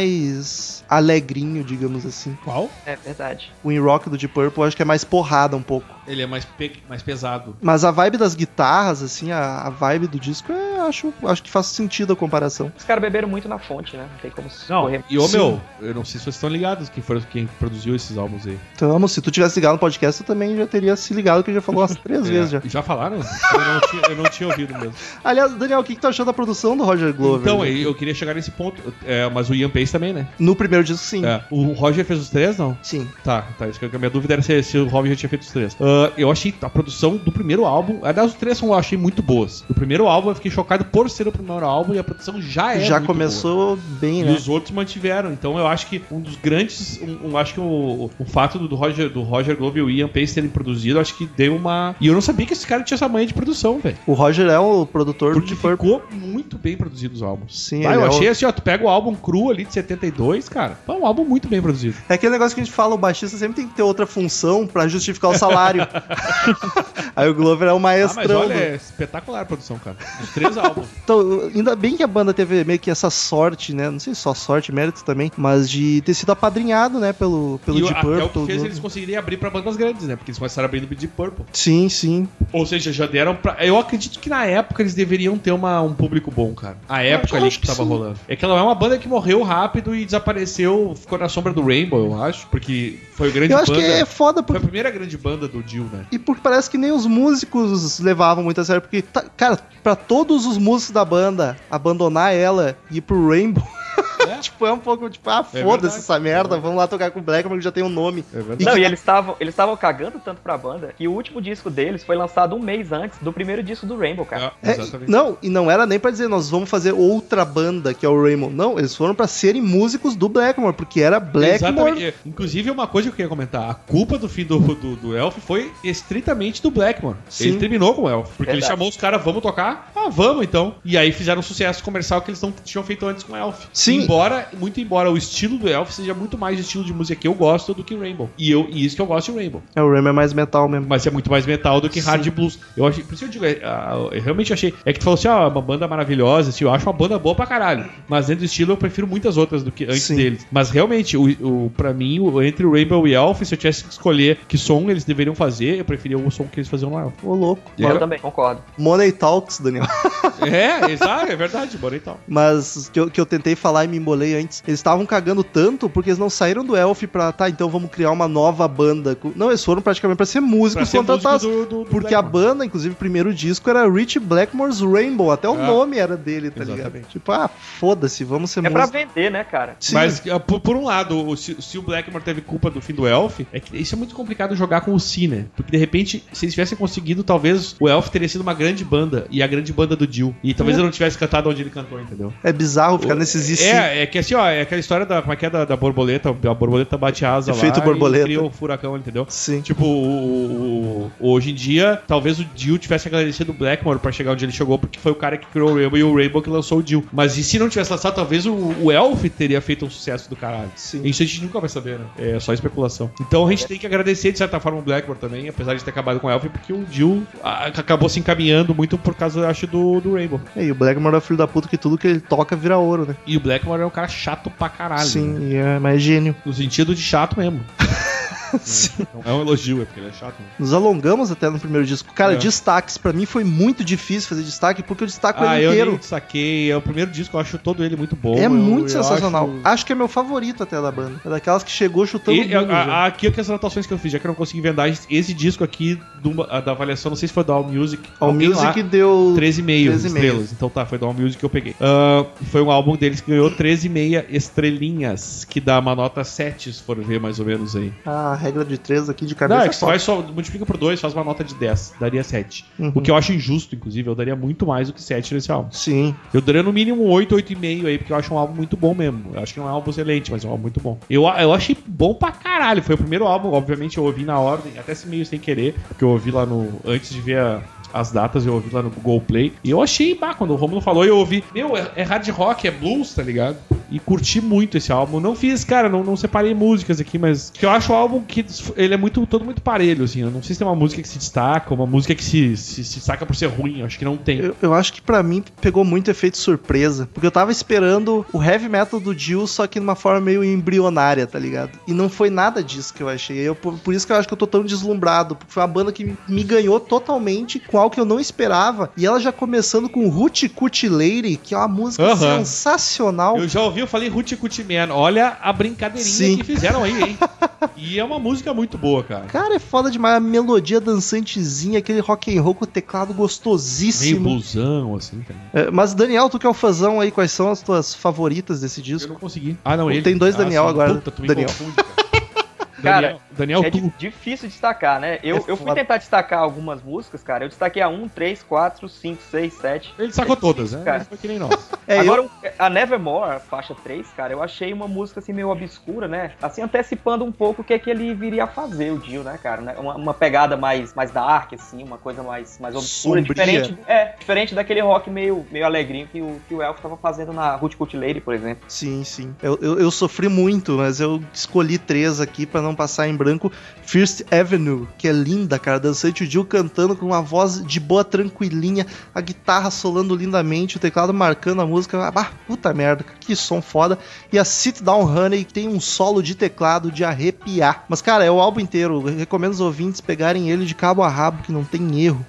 Speaker 2: mais alegrinho, digamos assim.
Speaker 3: Qual?
Speaker 4: É verdade.
Speaker 2: O In Rock do Deep Purple eu acho que é mais porrada um pouco.
Speaker 3: Ele é mais, pe- mais pesado.
Speaker 2: Mas a vibe das guitarras, assim, a, a vibe do disco, é, acho, acho que faz sentido a comparação.
Speaker 4: Os caras beberam muito na fonte, né? Não tem como se
Speaker 3: Não,
Speaker 4: correr.
Speaker 3: e ô
Speaker 2: Sim.
Speaker 3: meu, eu não sei se vocês estão ligados quem foram quem produziu esses álbuns aí.
Speaker 2: Então, amor, se tu tivesse ligado no podcast, eu também já teria se ligado, que eu já falou umas três vezes já.
Speaker 3: É, já falaram? Eu não, tinha, eu não tinha ouvido mesmo.
Speaker 2: Aliás, Daniel, o que, que tu achou da produção do Roger Glover?
Speaker 3: Então,
Speaker 2: né?
Speaker 3: eu eu queria chegar nesse ponto. É, mas o Ian Pace também, né?
Speaker 2: No primeiro disco, sim.
Speaker 3: É, o Roger fez os três, não?
Speaker 2: Sim.
Speaker 3: Tá, tá. Isso que eu- a minha dúvida era se, se o Roger já tinha feito os três. Ah, eu achei a produção do primeiro álbum. Aliás, os três são, eu achei muito boas. O primeiro álbum eu fiquei chocado por ser o primeiro álbum e a produção já é.
Speaker 2: já
Speaker 3: muito boa.
Speaker 2: começou bem,
Speaker 3: E
Speaker 2: né?
Speaker 3: os outros mantiveram. Então eu acho que um dos grandes. Um, um- acho que o, o fato do, do Roger, do Roger Glover e o Ian Pace terem produzido, acho que deu uma. E eu não sabia que esse cara tinha essa manha de produção, velho.
Speaker 2: O Roger é o produtor
Speaker 3: Porque
Speaker 2: de Purple.
Speaker 3: ficou muito bem produzido os álbuns.
Speaker 2: Sim,
Speaker 3: Ah,
Speaker 2: ele é
Speaker 3: eu
Speaker 2: o-
Speaker 3: achei assim, ó, tu pega o álbum cru ali de 72, cara. É um álbum muito bem produzido.
Speaker 2: É aquele negócio que a gente fala, o baixista sempre tem que ter outra função pra justificar o salário. Aí o Glover é o
Speaker 3: Ah, mas
Speaker 2: maestrão.
Speaker 3: olha,
Speaker 2: do-
Speaker 3: é espetacular a produção, cara. Os três álbuns.
Speaker 2: Então, ainda bem que a banda teve meio que essa sorte, né? Não sei se só sorte, mérito também, mas de ter sido apadrinhado, né, pelo, pelo
Speaker 3: e o-
Speaker 2: Deep
Speaker 3: até
Speaker 2: Purple. né?
Speaker 3: o que fez
Speaker 2: do-
Speaker 3: eles conseguirem abrir pra bandas grandes, né? Porque eles começaram abrindo pro Deep Purple.
Speaker 2: Sim, sim.
Speaker 3: Ou seja, já deram pra. Eu acredito que na época eles deveriam ter uma, um público bom. bom, cara. A época ali
Speaker 2: acho
Speaker 3: que
Speaker 2: que
Speaker 3: tava
Speaker 2: sim.
Speaker 3: rolando. É que ela é uma banda que morreu rápido e desapareceu, ficou na sombra do Rainbow, eu acho, porque foi grande
Speaker 2: Eu acho
Speaker 3: banda.
Speaker 2: que é foda
Speaker 3: Foi a
Speaker 2: porque.
Speaker 3: primeira grande banda do Dio, né?
Speaker 2: E porque parece que nem os músicos levavam muito a sério. Porque, tá- cara, pra todos os músicos da banda abandonar ela e ir pro Rainbow.
Speaker 3: É.
Speaker 2: tipo, é um pouco tipo, ah, foda-se
Speaker 3: É verdade.
Speaker 2: essa merda, vamos lá tocar com o Blackmore que já tem um nome.
Speaker 3: É verdade.
Speaker 4: Não, e eles estavam eles estavam cagando tanto pra banda que o último disco deles foi lançado um mês antes do primeiro disco do Rainbow, cara.
Speaker 2: É,
Speaker 3: É, exatamente.
Speaker 2: não, e não era nem pra dizer nós vamos fazer outra banda que é o Rainbow. Não, eles foram pra serem músicos do Blackmore, porque era Blackmore.
Speaker 3: Exatamente. É, Inclusive, uma coisa que eu queria comentar: a culpa do fim do, do, do Elf foi estritamente do Blackmore.
Speaker 2: Sim.
Speaker 3: Ele terminou com o Elf. Porque ele
Speaker 4: Verdade.
Speaker 3: chamou os caras, vamos tocar? Ah, vamos então. E aí fizeram um sucesso comercial que eles não tinham feito antes com o Elf.
Speaker 2: Sim.
Speaker 3: Embora, muito embora o estilo do Elf seja muito mais estilo de música que eu gosto do que Rainbow. E, eu, e isso que eu gosto de Rainbow.
Speaker 2: É, o Rainbow é mais metal mesmo.
Speaker 3: Mas é muito mais metal do que
Speaker 2: Sim.
Speaker 3: hard blues. Eu achei, por isso eu digo, é, ah, eu realmente achei. É que tu falou assim, ó, uma banda maravilhosa, assim, eu acho uma banda boa pra caralho. Mas dentro do estilo eu prefiro muitas outras do que antes
Speaker 2: Sim.
Speaker 3: deles. Mas realmente, o, o, pra mim, o- entre o Rainbow e Elf, se eu tivesse que escolher que som eles deveriam fazer, eu preferia o som que eles faziam no Elf.
Speaker 2: Ô, louco.
Speaker 3: É.
Speaker 4: Eu também, concordo.
Speaker 2: Money Talks, Daniel.
Speaker 3: É, exato, é verdade, bora então.
Speaker 2: Mas que eu, que eu tentei falar e me embolei antes. Eles estavam cagando tanto porque eles não saíram do Elf pra, tá, então vamos criar uma nova banda. Co- Não, eles foram praticamente pra ser músicos contratados. Porque a banda, inclusive, o primeiro disco era Rich Blackmore's Rainbow. Até o
Speaker 3: Ah.
Speaker 2: nome era dele, tá ligado?
Speaker 3: Exatamente.
Speaker 2: Tipo, ah, foda-se, vamos ser
Speaker 4: É pra
Speaker 2: músicos.
Speaker 4: vender, né, cara?
Speaker 2: Sim.
Speaker 3: Mas, ah, por, por um lado, o- se, se o Blackmore teve culpa do fim do Elf, é que isso é muito complicado jogar com o Si, né? Porque, de repente, se eles tivessem conseguido, talvez o Elf teria sido uma grande banda, e a grande banda do Jill. E talvez ele não tivesse cantado onde ele cantou, entendeu?
Speaker 2: É bizarro ficar nesses É. e sim.
Speaker 3: É, é que assim, ó, é aquela história da, como é que é da, da borboleta, a borboleta bate asa
Speaker 2: Efeito
Speaker 3: lá
Speaker 2: borboleta.
Speaker 3: e cria o furacão, entendeu?
Speaker 2: Sim.
Speaker 3: Tipo, o- o- o- hoje em dia, talvez o Dio tivesse agradecido o Blackmore pra chegar onde ele chegou, porque foi o cara que criou o Rainbow e o Rainbow que lançou o Dio. Mas e se não tivesse lançado, talvez o, o Elf teria feito um sucesso do caralho.
Speaker 2: Sim.
Speaker 3: Isso a gente nunca vai saber, né? É só especulação. Então a gente tem que agradecer, de certa forma, o Blackmore também, apesar de ter acabado com o Elf, porque o Dio ah, acabou se encaminhando muito por causa, eu acho, do, do Rainbow.
Speaker 2: É, e o Blackmore é o filho da puta que tudo que ele toca vira ouro, né?
Speaker 3: E o Blackmore é um cara chato pra caralho. né?
Speaker 2: Sim, e é, mas é gênio.
Speaker 3: No sentido de chato mesmo. Não é um elogio, é porque ele é chato. Né?
Speaker 2: Nos alongamos até no primeiro disco. Cara,
Speaker 3: É.
Speaker 2: destaques, pra mim foi muito difícil fazer destaque, porque eu destaco
Speaker 3: Ah,
Speaker 2: ele
Speaker 3: eu
Speaker 2: inteiro.
Speaker 3: nem saquei. É o primeiro disco, eu acho todo ele muito bom.
Speaker 2: É
Speaker 3: Eu-
Speaker 2: muito
Speaker 3: eu
Speaker 2: sensacional.
Speaker 3: acho-
Speaker 2: Acho... que é meu favorito até da banda. É daquelas que chegou chutando
Speaker 3: E,
Speaker 2: o mundo, já.
Speaker 3: a, a, aqui, aqui as anotações que eu fiz, já que eu não consegui vendar esse disco aqui do- da avaliação, não sei se foi da All Music.
Speaker 2: Ao Music deu
Speaker 3: 13,5
Speaker 2: 13,5.
Speaker 3: estrelas. Então tá, foi da All Music que eu peguei. Ah, foi um álbum deles que ganhou 13,5 estrelinhas, que dá uma nota 7, se for ver mais ou menos aí.
Speaker 2: a regra de 3 aqui de
Speaker 3: Não,
Speaker 2: cabeça.
Speaker 3: é que você
Speaker 2: só.
Speaker 3: vai só, multiplica por 2, faz uma nota de 10, daria 7.
Speaker 2: Uhum.
Speaker 3: O que eu acho injusto, inclusive, eu daria muito mais do que 7 nesse álbum.
Speaker 2: Sim.
Speaker 3: Eu daria no mínimo 8, 8,5 aí, porque eu acho um álbum muito bom mesmo. Eu acho que não é um álbum excelente, mas é um álbum muito bom. Eu, eu achei bom pra caralho. Foi o primeiro álbum, obviamente eu ouvi na ordem, até se meio sem querer, porque eu ouvi lá no. Antes de ver a- As datas eu ouvi lá no Google Play. E eu achei, bah, quando o Romulo falou, eu ouvi. Meu, é, é hard rock, é blues, tá ligado? E curti muito esse álbum. Não fiz, cara, não, não separei músicas aqui, mas. Que eu acho o álbum que ele é muito todo muito parelho, assim. Eu não sei se tem uma música que se destaca, uma música que se, se, se destaca por ser ruim. Eu acho que não tem.
Speaker 2: Eu, eu acho que pra mim pegou muito efeito surpresa. Porque eu tava esperando o heavy metal do Jill, só que de uma forma meio embrionária, tá ligado? E não foi nada disso que eu achei. Eu, por, por isso que eu acho que eu tô tão deslumbrado. Porque foi uma banda que me, me ganhou totalmente com algo que eu não esperava. E ela já começando com Ruti Cuti Lady, que é uma música
Speaker 3: Aham.
Speaker 2: sensacional.
Speaker 3: Eu já ouvi, eu falei Ruti Kuti Man. Olha a brincadeirinha
Speaker 2: Sim.
Speaker 3: que fizeram aí, hein? e é uma música muito boa, cara.
Speaker 2: Cara, é foda demais. A melodia dançantezinha, aquele rock and roll com o teclado
Speaker 3: Meio
Speaker 2: gostosíssimo.
Speaker 3: blusão, assim, cara.
Speaker 2: É, mas, Daniel, tu que é o fãzão aí, quais são as tuas favoritas desse
Speaker 3: Eu
Speaker 2: disco?
Speaker 3: não consegui. Ah, não, ele.
Speaker 2: Tem dois
Speaker 3: Ah,
Speaker 2: Daniel
Speaker 3: sim.
Speaker 2: agora.
Speaker 3: Puta, tu me
Speaker 2: Daniel.
Speaker 3: confunde, cara.
Speaker 4: Cara,
Speaker 3: Daniel,
Speaker 4: é
Speaker 3: Daniel
Speaker 4: di-
Speaker 3: tu.
Speaker 4: difícil destacar, né? Eu,
Speaker 2: É
Speaker 4: eu fui
Speaker 2: foda.
Speaker 4: tentar destacar algumas músicas, cara. Eu destaquei a 1, 3, 4, 5, 6, 7.
Speaker 3: Ele sacou todas, né?
Speaker 4: cara.
Speaker 3: Ele Foi que nem nós.
Speaker 2: É, eu-
Speaker 4: Agora, um, a Nevermore, a faixa 3, cara, eu achei uma música assim meio obscura, né? Assim, antecipando um pouco o que é que ele viria a fazer, o Dio, né, cara? né? Uma, uma pegada mais, mais dark, assim, uma coisa mais, mais obscura,
Speaker 2: Sombria.
Speaker 4: diferente. É, diferente daquele rock meio, meio alegrinho que o, que o Elf tava fazendo na Root Cut Lady, por exemplo.
Speaker 2: Sim, sim. Eu, eu, eu sofri muito, mas eu escolhi três aqui pra não passar em branco. First Avenue, que é linda, cara. Dançante o Jill cantando com uma voz de boa, tranquilinha, a guitarra solando lindamente, o teclado marcando a música. Ah, puta merda, que som foda. E a Sit Down Honey, que tem um solo de teclado de arrepiar. Mas, cara, é o álbum inteiro. Eu recomendo os ouvintes pegarem ele de cabo a rabo, que não tem erro.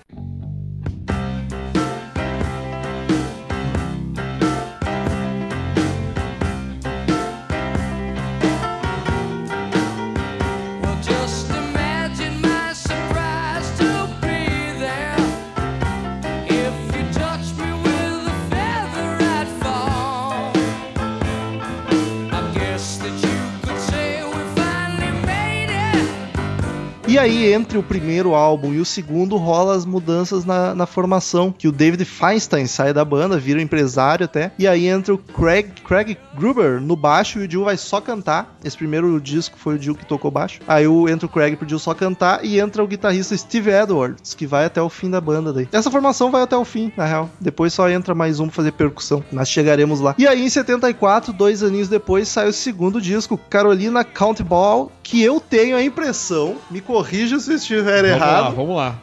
Speaker 2: E aí, entre o primeiro álbum e o segundo, rola as mudanças na, na formação, que o David Feinstein sai da banda, vira um empresário até, e aí entra o Craig, Craig Gruber no baixo e o Jill vai só cantar. Esse primeiro disco foi o Jill que tocou baixo. Aí o, entra o Craig pro Jill só cantar e entra o guitarrista Steve Edwards, que vai até o fim da banda daí. Essa formação vai até o fim, na real. Depois só entra mais um pra fazer percussão. Nós chegaremos lá. E aí, em 74, dois aninhos depois, sai o segundo disco, Carolina Country Ball, que eu tenho a impressão, me corrija se eu estiver
Speaker 3: vamos
Speaker 2: errado,
Speaker 3: lá, vamos lá.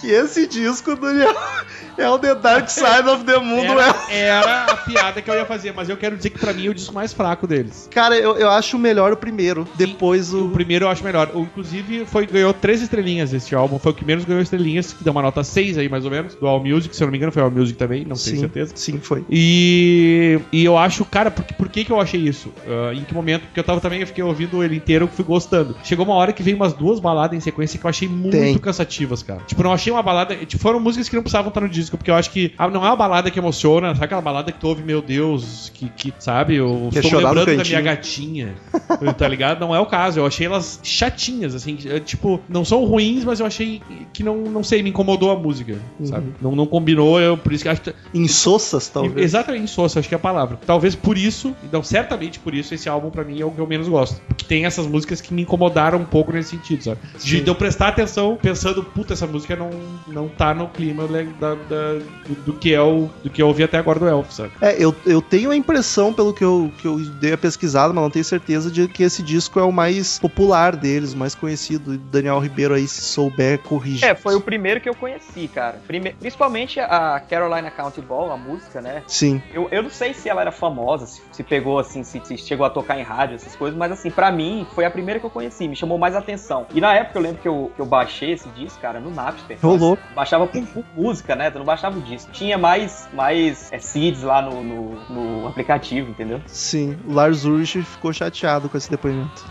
Speaker 2: que esse disco, Daniel, é o The Dark Side of the Moon é? do
Speaker 3: Era, era a piada que eu ia fazer, mas eu quero dizer que pra mim é o disco mais fraco deles.
Speaker 2: Cara, eu, eu acho melhor o primeiro. Depois
Speaker 3: O
Speaker 2: o.
Speaker 3: primeiro eu acho melhor. O, inclusive, foi, ganhou três estrelinhas este álbum. Foi o que menos ganhou estrelinhas, que dá uma nota 6 aí, mais ou menos. Do All Music, se eu não me engano, foi All Music também, não tenho
Speaker 2: Sim,
Speaker 3: certeza.
Speaker 2: sim, foi.
Speaker 3: E, e eu acho, cara, por, que- por que, que eu achei isso? Ah, em que momento? Porque eu tava também, eu fiquei ouvindo ele inteiro, fui gostando. Chegou uma hora que veio umas duas baladas em sequência que eu achei muito
Speaker 2: Tem.
Speaker 3: cansativas, cara. Tipo, não achei uma balada. Tipo, foram músicas que não precisavam estar no disco, porque eu acho que ah, não é uma balada que emociona, sabe aquela balada que tu ouve, meu Deus, que, que sabe? Eu
Speaker 2: Quer
Speaker 3: estou
Speaker 2: chorar no
Speaker 3: lembrando da
Speaker 2: cantinho.
Speaker 3: minha gatinha. tá ligado? Não é o caso. Eu achei elas chatinhas, assim. é, Tipo, não são ruins, mas eu achei que não, não sei, me incomodou a música,
Speaker 2: Uhum.
Speaker 3: sabe? Não, não combinou, eu, por isso que acho que
Speaker 2: Insossas,
Speaker 3: e-
Speaker 2: talvez.
Speaker 3: Exatamente, insosso, acho que é a palavra. Talvez por isso, então certamente por isso, esse álbum pra mim é o que eu menos gosto. Porque tem essas músicas que me incomodaram um pouco nesse sentido, sabe? De,
Speaker 2: Sim.
Speaker 3: de eu prestar atenção pensando, puta, essa música não, não tá no clima le- da- da- do, do que é o, do que eu ouvi até agora do Elf, sabe?
Speaker 2: É, eu, eu tenho a impressão, pelo que eu, que eu dei a pesquisada, mas não tenho certeza, de que esse disco é o mais popular deles, o mais conhecido. E Daniel Ribeiro aí, se souber, corrige.
Speaker 4: É, foi o primeiro que eu conheci, cara. Prime- Principalmente a Carolina County Ball, a música, né?
Speaker 2: Sim.
Speaker 4: Eu, eu não sei se ela era famosa, se, se pegou assim, se, se chegou a tocar em rádio, essas coisas, mas assim, pra mim, foi a primeira que eu conheci, me chamou mais atenção. E na época eu lembro que eu, que eu baixei esse disco, cara, no Napster.
Speaker 2: Ô, louco.
Speaker 4: Baixava por, por música, né? Tu não baixava o disco. Tinha mais, mais é, seeds lá no, no, no aplicativo, entendeu?
Speaker 2: Sim, o Lars Ulrich ficou chateado com esse depoimento.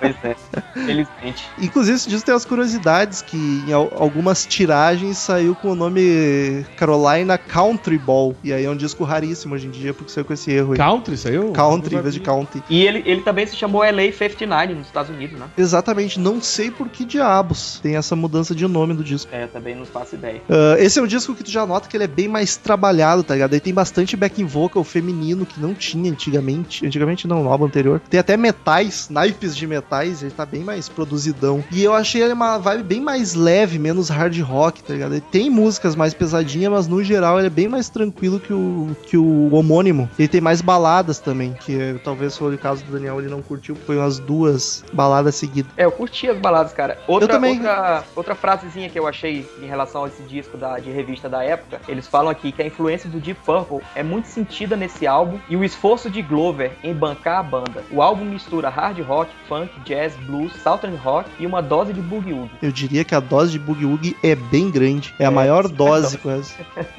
Speaker 4: Pois é, felizmente.
Speaker 2: Inclusive, esse disco tem as curiosidades que em al- algumas tiragens saiu com o nome Carolina Country Ball. E aí é um disco raríssimo hoje em dia, porque saiu com esse erro aí.
Speaker 3: Country saiu?
Speaker 2: Country em vez de County.
Speaker 4: E ele, ele também se chamou LA 59 nos Estados Unidos, né?
Speaker 2: Exatamente, não sei por que diabos tem essa mudança de nome do disco.
Speaker 4: É, eu também não faço ideia.
Speaker 2: Ah, esse é um disco que tu já nota que ele é bem mais trabalhado, tá ligado? Aí tem bastante backing vocal feminino que não tinha antigamente. Antigamente não, no álbum anterior. Tem até metais, naipes de metais, ele tá bem mais produzidão. E eu achei ele uma vibe bem mais leve, menos hard rock, tá ligado? Ele tem músicas mais pesadinhas, mas no geral ele é bem mais tranquilo que o, que o homônimo. Ele tem mais baladas também, que eh, talvez foi o caso do Daniel, ele não curtiu, foi umas duas baladas seguidas.
Speaker 4: É, eu curti as baladas, cara. Outra,
Speaker 2: também.
Speaker 4: outra, outra frasezinha que eu achei em relação a esse disco da, de revista da época, eles falam aqui que a influência do Deep Purple é muito sentida nesse álbum e o esforço de Glover em bancar a banda. O álbum mistura hard rock, funk, jazz, blues, southern rock e uma dose de boogie-woogie.
Speaker 2: Eu diria que a dose de Boogie Woogie é bem grande. É a maior dose, quase.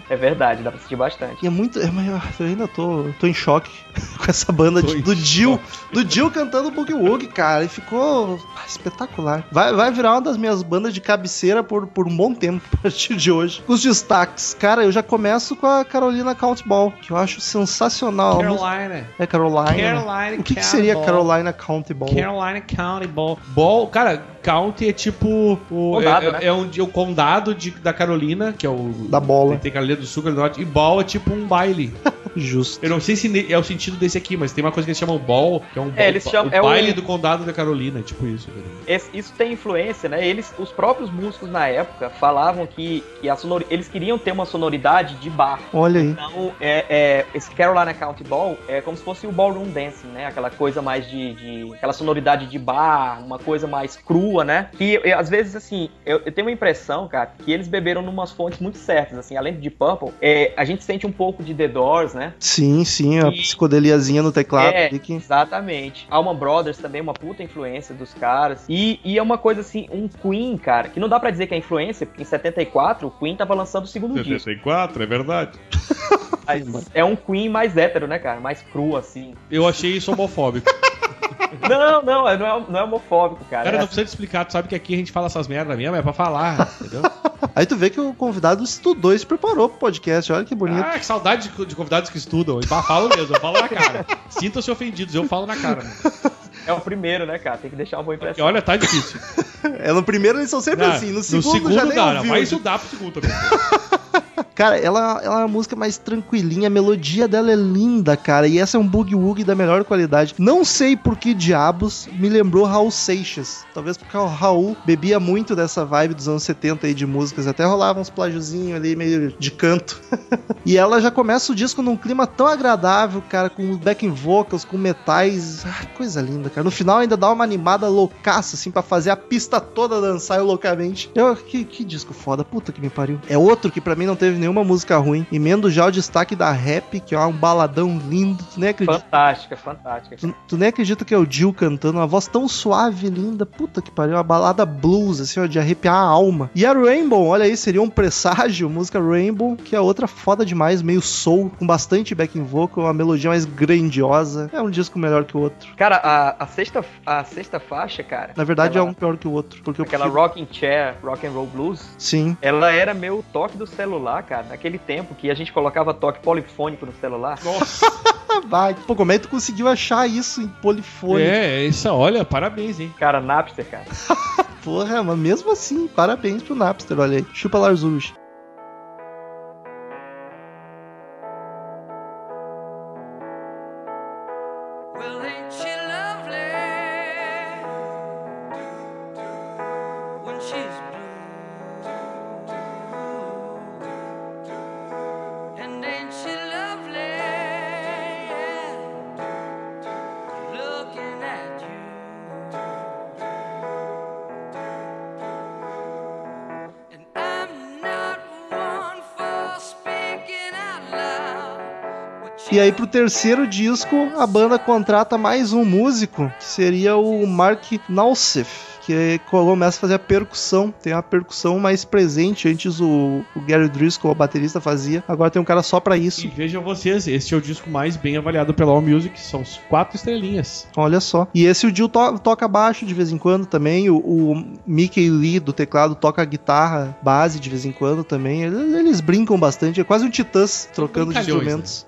Speaker 4: É verdade, dá pra sentir bastante.
Speaker 2: E é muito. É maior. Eu ainda tô, tô em choque com essa banda
Speaker 3: Tô
Speaker 2: de-
Speaker 3: em
Speaker 2: do Jill. Do Jill cantando Boogie Woogie, cara. E ficou ah, espetacular. Vai, vai virar uma das minhas bandas de cabeceira por, por um bom tempo a partir de hoje. Os destaques. Cara, eu já começo com a Carolina Countball, que eu acho sensacional. A música-
Speaker 3: Carolina.
Speaker 2: É Carolina. né?
Speaker 3: Carolina.
Speaker 2: O que, que seria
Speaker 3: Country Ball.
Speaker 2: Carolina Countball?
Speaker 3: Carolina County Ball. Ball, cara, county é tipo o
Speaker 4: Condado,
Speaker 3: é,
Speaker 4: né?
Speaker 3: é um, é o condado de- da Carolina, que é o
Speaker 2: Da bola.
Speaker 3: Tem Carolina do Sul, Carolina do Norte, e ball é tipo um baile.
Speaker 2: Justo.
Speaker 3: Eu não sei se ne- é o sentido desse aqui, mas tem uma coisa que eles chamam ball, que é um
Speaker 4: É, eles
Speaker 3: ba-
Speaker 4: chamam-
Speaker 3: o
Speaker 4: é o-
Speaker 3: baile do condado da Carolina, é tipo isso. cara.
Speaker 4: Esse- isso tem influência, né? Eles, os próprios músicos na época falavam que, que a sonori- eles queriam ter uma sonoridade de bar.
Speaker 2: Olha aí.
Speaker 4: Então, é, é, esse Carolina County Ball é como se fosse o ballroom dancing, né? Aquela coisa mais de, de- aquela sonoridade de bar, uma coisa mais crua, né? Que é, às vezes, assim, eu, eu tenho uma impressão, cara, que eles beberam numas fontes muito certas, assim, além de Purple, é, a gente sente um pouco de The Doors, né?
Speaker 2: Sim, sim, a
Speaker 4: E-
Speaker 2: psicodeliazinha no teclado.
Speaker 4: É.
Speaker 2: ali que-
Speaker 4: Exatamente. Alman Brothers também, uma puta influência dos caras. E, e é uma coisa assim, um Queen, cara, que não dá pra dizer que é influência, porque em 74 o Queen tava lançando o segundo disco.
Speaker 3: 74, é verdade.
Speaker 4: Mas é um Queen mais hétero, né, cara? Mais cru, assim.
Speaker 3: Eu achei isso homofóbico.
Speaker 4: Não, não, é- não é, não é homofóbico, cara.
Speaker 3: Cara,
Speaker 4: É
Speaker 3: não precisa te explicar, tu sabe que aqui a gente fala essas merda mesmo, é pra falar, entendeu?
Speaker 2: Aí tu vê que o convidado estudou e se preparou pro podcast. Olha que bonito.
Speaker 3: Ah, que saudade de de convidados que estudam. E bah, falo mesmo, eu falo na cara. Sintam-se ofendidos, eu falo na cara. mano.
Speaker 4: É o primeiro, né, cara? Tem que deixar uma boa
Speaker 3: E
Speaker 4: impressão.
Speaker 3: olha, tá difícil.
Speaker 2: É, no primeiro eles são sempre
Speaker 3: Ah,
Speaker 2: assim, no segundo, já nem
Speaker 3: dá,
Speaker 2: ouviu. né?
Speaker 3: vai estudar pro segundo também.
Speaker 2: Cara, ela, ela é uma música mais tranquilinha, a melodia dela é linda, cara, e essa é um boogie woogie da melhor qualidade. Não sei por que diabos me lembrou Raul Seixas. Talvez porque o Raul bebia muito dessa vibe dos anos 70 aí de músicas, até rolava uns plagiozinhos ali meio de canto. e ela já começa o disco num clima tão agradável, cara, com backing vocals, com metais, ah, coisa linda, cara. No final ainda dá uma animada loucaça, assim, pra fazer a pista toda dançar loucamente. Eu, que, que disco foda, puta que me pariu. É outro que pra mim não teve nenhuma música ruim. Emendo já o destaque da rap, que é um baladão lindo. Tu nem
Speaker 3: é
Speaker 2: acredita,
Speaker 4: Fantástica, fantástica.
Speaker 2: tu, tu nem acredita que é o Jill cantando, uma voz tão suave e linda. Puta que pariu, uma balada blues, assim, ó, de arrepiar a alma. E a Rainbow, olha aí, seria um presságio, música Rainbow, que é outra foda demais, meio soul, com bastante backing vocal, uma melodia mais grandiosa. É um disco melhor que o outro.
Speaker 4: Cara, a, a sexta, a sexta faixa, cara.
Speaker 2: Na verdade,
Speaker 4: aquela,
Speaker 2: é um pior que o outro. Porque eu
Speaker 4: Aquela
Speaker 2: prefiro-
Speaker 4: Rocking Chair, Rock and Roll Blues.
Speaker 2: Sim.
Speaker 4: Ela era meu toque do celular, cara. Naquele tempo que a gente colocava toque polifônico no celular.
Speaker 3: Nossa.
Speaker 2: Ah, vai. Pô, como é que tu conseguiu achar isso em polifone?
Speaker 3: É, isso, olha, parabéns, hein?
Speaker 4: Cara, Napster, cara.
Speaker 2: Porra, mas mesmo assim, parabéns pro Napster, olha aí. Chupa Larzush.
Speaker 1: Well, ain't she lovely when she's blue? And ain't she lovely looking at you? And I'm not one for speaking out loud. but
Speaker 2: E aí,
Speaker 1: you
Speaker 2: pro terceiro disco, a banda contrata mais um músico, que seria o Mark Nalsef. Que começa a fazer a percussão. Tem uma percussão mais presente. Antes o, o Gary Driscoll, o baterista, fazia. Agora tem um cara só pra isso.
Speaker 3: E vejam vocês, esse é o disco mais bem avaliado pela All Music, são os quatro estrelinhas.
Speaker 2: Olha só. E esse o Jill to- toca baixo de vez em quando também. O, o Mickey Lee do teclado toca guitarra base de vez em quando também. Eles, eles brincam bastante. É quase um Titãs trocando de
Speaker 3: Brincalhões,
Speaker 2: instrumentos.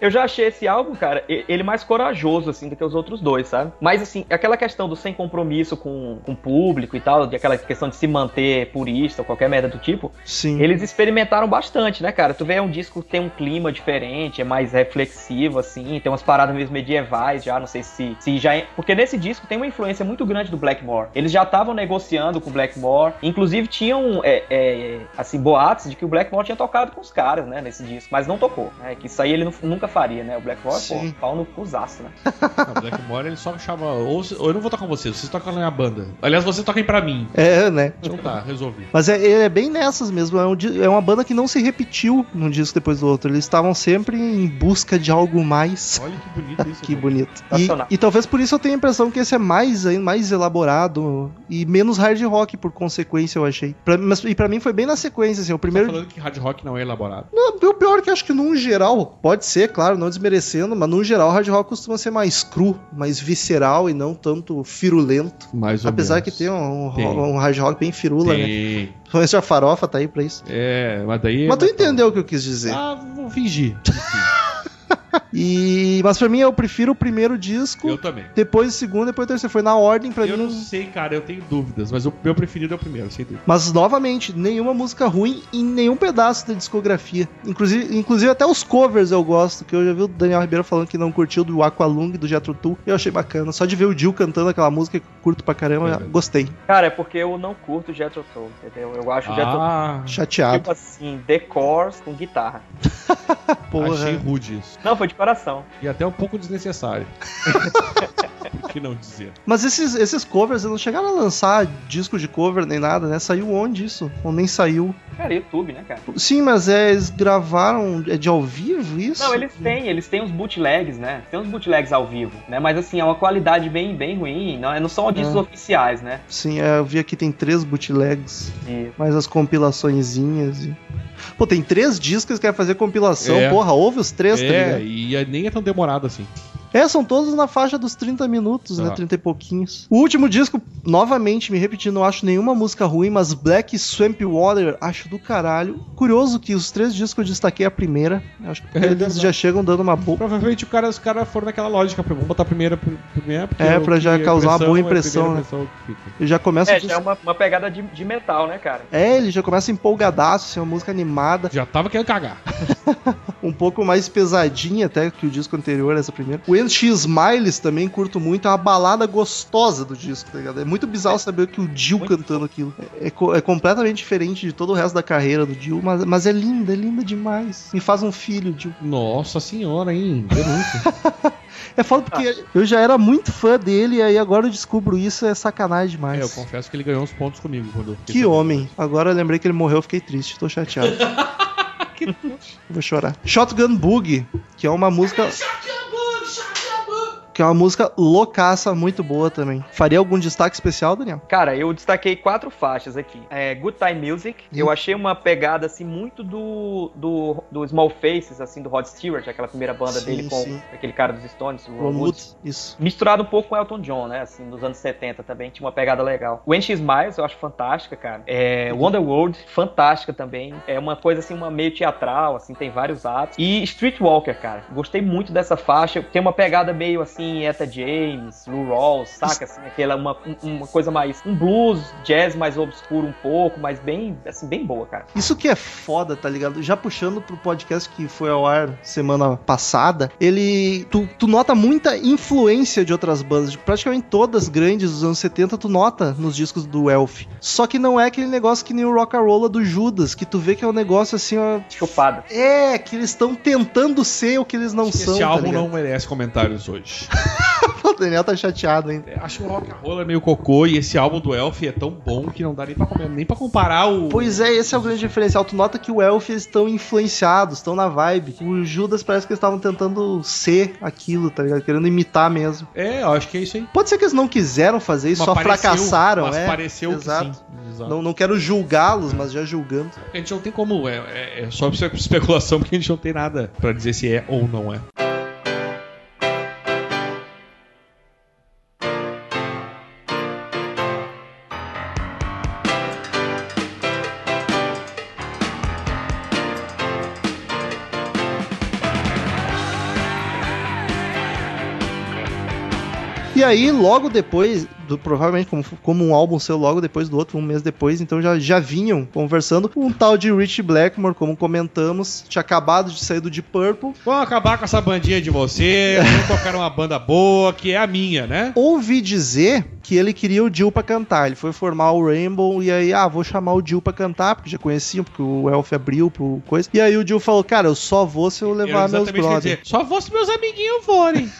Speaker 4: Eu já achei esse álbum, cara, e- ele mais corajoso, assim, do que os outros dois, sabe? Mas, assim, aquela questão do sem compromisso com, com o público e tal, de aquela questão de se manter purista ou qualquer merda do tipo,
Speaker 2: Sim.
Speaker 4: eles experimentaram bastante, né, cara? Tu vê, é um disco que tem um clima diferente, é mais reflexivo, assim, tem umas paradas mesmo medievais já, não sei se, se já... é- Porque nesse disco tem uma influência muito grande do Blackmore. Eles já estavam negociando com o Blackmore, inclusive tinham, é, é, assim, boatos de que o Blackmore tinha tocado com os caras, né, nesse disco, mas não tocou, né? Que isso aí ele nu- nunca faria, né? O Blackmore,
Speaker 2: Sim.
Speaker 4: pô, pau no cusaço, né?
Speaker 3: A Blackmore é ele só chama, ou, se- ou eu não vou tocar com vocês, vocês tocam na minha banda. Aliás, vocês toquem pra mim.
Speaker 2: É, né?
Speaker 3: Então tá, resolvi.
Speaker 2: Mas é, é bem nessas mesmo. É, um di- é uma banda que não se repetiu num disco depois do outro. Eles estavam sempre em busca de algo mais.
Speaker 3: Olha que bonito isso. né?
Speaker 2: Que
Speaker 3: cara.
Speaker 2: bonito.
Speaker 4: Sensacional.
Speaker 2: E, e talvez por isso eu tenha a impressão que esse é mais, hein, mais elaborado e menos hard rock, por consequência, eu achei. Pra- mas, e pra mim foi bem na sequência, assim. O
Speaker 3: Tá
Speaker 2: primeiro
Speaker 3: falando que hard rock não é elaborado.
Speaker 2: Não, o pior é que eu acho que num geral, pode ser, claro, não desmerecendo, mas num geral o hard rock costuma ser mais cru, mais visceral e não tanto firulento.
Speaker 3: Mais ou
Speaker 2: Apesar
Speaker 3: menos.
Speaker 2: que tem um,
Speaker 3: Tem.
Speaker 2: um hard rock bem firula, né?
Speaker 3: Tem.
Speaker 2: Pelo menos a farofa tá aí pra isso.
Speaker 3: É, mas daí.
Speaker 2: Mas tu entendeu o que eu quis dizer.
Speaker 3: Ah, vou fingir. Enfim,
Speaker 2: E, mas pra mim eu prefiro o primeiro disco,
Speaker 3: eu também.
Speaker 2: depois o segundo, depois o terceiro. Foi na ordem pra
Speaker 3: eu
Speaker 2: mim.
Speaker 3: não sei, cara, eu tenho dúvidas, mas o meu preferido é o primeiro, sem dúvida.
Speaker 2: Mas novamente, nenhuma música ruim em nenhum pedaço da discografia. Inclusive, inclusive até os covers eu gosto, que eu já vi o Daniel Ribeiro falando que não curtiu do Aqualung do Jethro Tull. Eu achei bacana, só de ver o Jill cantando aquela música que eu curto pra caramba,
Speaker 3: Verdade.
Speaker 2: gostei.
Speaker 4: Cara, é porque eu não curto Jethro Tull, entendeu? Eu acho Jethro Tull,
Speaker 3: Ah,
Speaker 2: Chateado.
Speaker 4: tipo assim, decors com guitarra.
Speaker 2: Porra.
Speaker 3: achei rude isso.
Speaker 4: Não, foi de coração.
Speaker 3: E até um pouco desnecessário. Por que não dizer?
Speaker 2: Mas esses, esses covers, eles não chegaram a lançar disco de cover nem nada, né? Saiu onde isso? Ou nem saiu?
Speaker 4: Cara, YouTube, né, cara?
Speaker 2: Sim, mas é, eles gravaram. É de ao vivo isso?
Speaker 4: Não, eles têm, eles têm uns bootlegs, né? Tem uns bootlegs ao vivo, né? Mas assim, é uma qualidade bem, bem ruim. Não, não são discos
Speaker 2: É.
Speaker 4: oficiais, né?
Speaker 2: Sim, é, eu vi aqui tem três bootlegs.
Speaker 4: De-
Speaker 2: Mais as compilaçõezinhas. E... Pô, tem três discos que quer fazer compilação.
Speaker 3: É.
Speaker 2: Porra, ouve os três, tá
Speaker 3: é,
Speaker 2: ligado?
Speaker 3: e nem é tão demorado assim.
Speaker 2: É, são todos na faixa dos 30 minutos, né?
Speaker 3: Tá.
Speaker 2: 30 e pouquinhos. O último disco, novamente, me repetindo, não acho nenhuma música ruim, mas Black Swamp Water acho do caralho. Curioso que os três discos eu destaquei a primeira. Acho que
Speaker 3: É
Speaker 2: eles
Speaker 3: verdade.
Speaker 2: já chegam dando uma boa.
Speaker 3: Provavelmente o cara, os caras foram naquela lógica, pra- vamos botar a primeira, pr- primeira porque
Speaker 2: É,
Speaker 3: o
Speaker 2: pra
Speaker 3: que
Speaker 2: já
Speaker 3: é
Speaker 2: causar uma boa
Speaker 3: impressão, é a
Speaker 2: impressão, né?
Speaker 3: primeira impressão que fica.
Speaker 2: Eu já começa.
Speaker 4: É,
Speaker 2: o
Speaker 4: já é
Speaker 2: disco-
Speaker 4: uma, uma pegada de, de metal, né, cara?
Speaker 2: É, ele já começa empolgadaço, assim, uma música animada.
Speaker 3: Já tava querendo cagar.
Speaker 2: um pouco mais pesadinha até que o disco anterior, essa primeira. O NX Smiles também curto muito, é uma balada gostosa do disco, tá ligado? É muito bizarro saber que o Jill
Speaker 4: Muito
Speaker 2: cantando aquilo. É, é co- é completamente diferente de todo o resto da carreira do Jill, mas, mas é linda, é linda demais. Me faz um filho, Jill.
Speaker 3: Nossa senhora, hein? Denúncia.
Speaker 2: É foda porque eu já era muito fã dele e aí agora eu descubro isso, é sacanagem demais.
Speaker 3: É, eu confesso que ele ganhou uns pontos comigo quando eu fiquei
Speaker 2: Que
Speaker 3: sabendo.
Speaker 2: homem. Agora eu lembrei que ele morreu, eu fiquei triste, tô chateado. Vou chorar. Shotgun Bug, que é uma música. Que é uma música loucaça, muito boa também. Faria algum destaque especial, Daniel?
Speaker 4: Cara, eu destaquei quatro faixas aqui. É, Good Time Music,
Speaker 2: Hum.
Speaker 4: eu achei uma pegada, assim, muito do, do, do Small Faces, assim, do Rod Stewart, aquela primeira banda
Speaker 2: Sim,
Speaker 4: dele com
Speaker 2: sim.
Speaker 4: aquele cara dos Stones, o Ron Wood.
Speaker 2: Romulus, Isso.
Speaker 4: Misturado um pouco com Elton John, né? Assim, dos anos 70 também, tinha uma pegada legal. O NX Miles eu acho fantástica, cara. É, Wonderworld, fantástica também. É uma coisa assim, uma meio teatral, assim, tem vários atos. E Streetwalker, cara. Gostei muito dessa faixa. Tem uma pegada meio assim, Eta James, Lou Rawls, saca? Assim, aquela, uma, um- uma coisa mais. Um blues, jazz mais obscuro um pouco, mas bem, assim, bem boa, cara.
Speaker 2: Isso que é foda, tá ligado? Já puxando pro podcast que foi ao ar semana passada, ele. Tu, tu nota muita influência de outras bandas. de Praticamente todas grandes dos anos 70, tu nota nos discos do Elf. Só que não é aquele negócio que nem o rock and roll do Judas, que tu vê que é um negócio assim, ó.
Speaker 4: Chupada.
Speaker 2: É, que eles estão tentando ser o que eles não
Speaker 3: Esse
Speaker 2: são. tá
Speaker 3: álbum
Speaker 2: ligado?
Speaker 3: não merece comentários hoje.
Speaker 2: O Daniel tá chateado ainda.
Speaker 3: É, Acho que o rock and roll é meio cocô e esse álbum do Elf é tão bom que não dá nem pra, comer- nem pra comparar o.
Speaker 2: Pois é, esse é o grande diferencial. Tu nota que o Elf eles estão influenciados, estão na vibe. O Judas parece que eles estavam tentando ser aquilo, tá ligado? Querendo imitar mesmo.
Speaker 3: É, eu acho que é isso aí.
Speaker 2: Pode ser que eles não quiseram fazer isso,
Speaker 3: Mas
Speaker 2: só
Speaker 3: pareceu-
Speaker 2: fracassaram,
Speaker 3: mas
Speaker 2: é.
Speaker 3: pareceu
Speaker 2: exato.
Speaker 3: que sim. Exato.
Speaker 2: Não, não quero julgá-los, mas já julgando.
Speaker 3: A gente não tem como. É, é- é só especulação porque a gente não tem nada pra dizer se é ou não é.
Speaker 2: E aí, logo depois, do- provavelmente como, como um álbum seu logo depois do outro, um mês depois, então já, já vinham conversando. Um tal de Rich Blackmore, como comentamos, tinha acabado de sair do Deep Purple.
Speaker 3: Vamos acabar com essa bandinha de você, vamos tocar uma banda boa, que é a minha, né?
Speaker 2: Ouvi dizer que ele queria o Jill pra cantar. Ele foi formar o Rainbow e aí, ah, vou chamar o Jill pra cantar, porque já conheciam, porque o Elf abriu pro coisa. E aí o Jill falou, cara, eu só vou se eu levar
Speaker 3: Era
Speaker 2: meus
Speaker 3: exatamente o que eu ia
Speaker 2: brothers.
Speaker 3: dizer. Só vou se meus amiguinhos forem.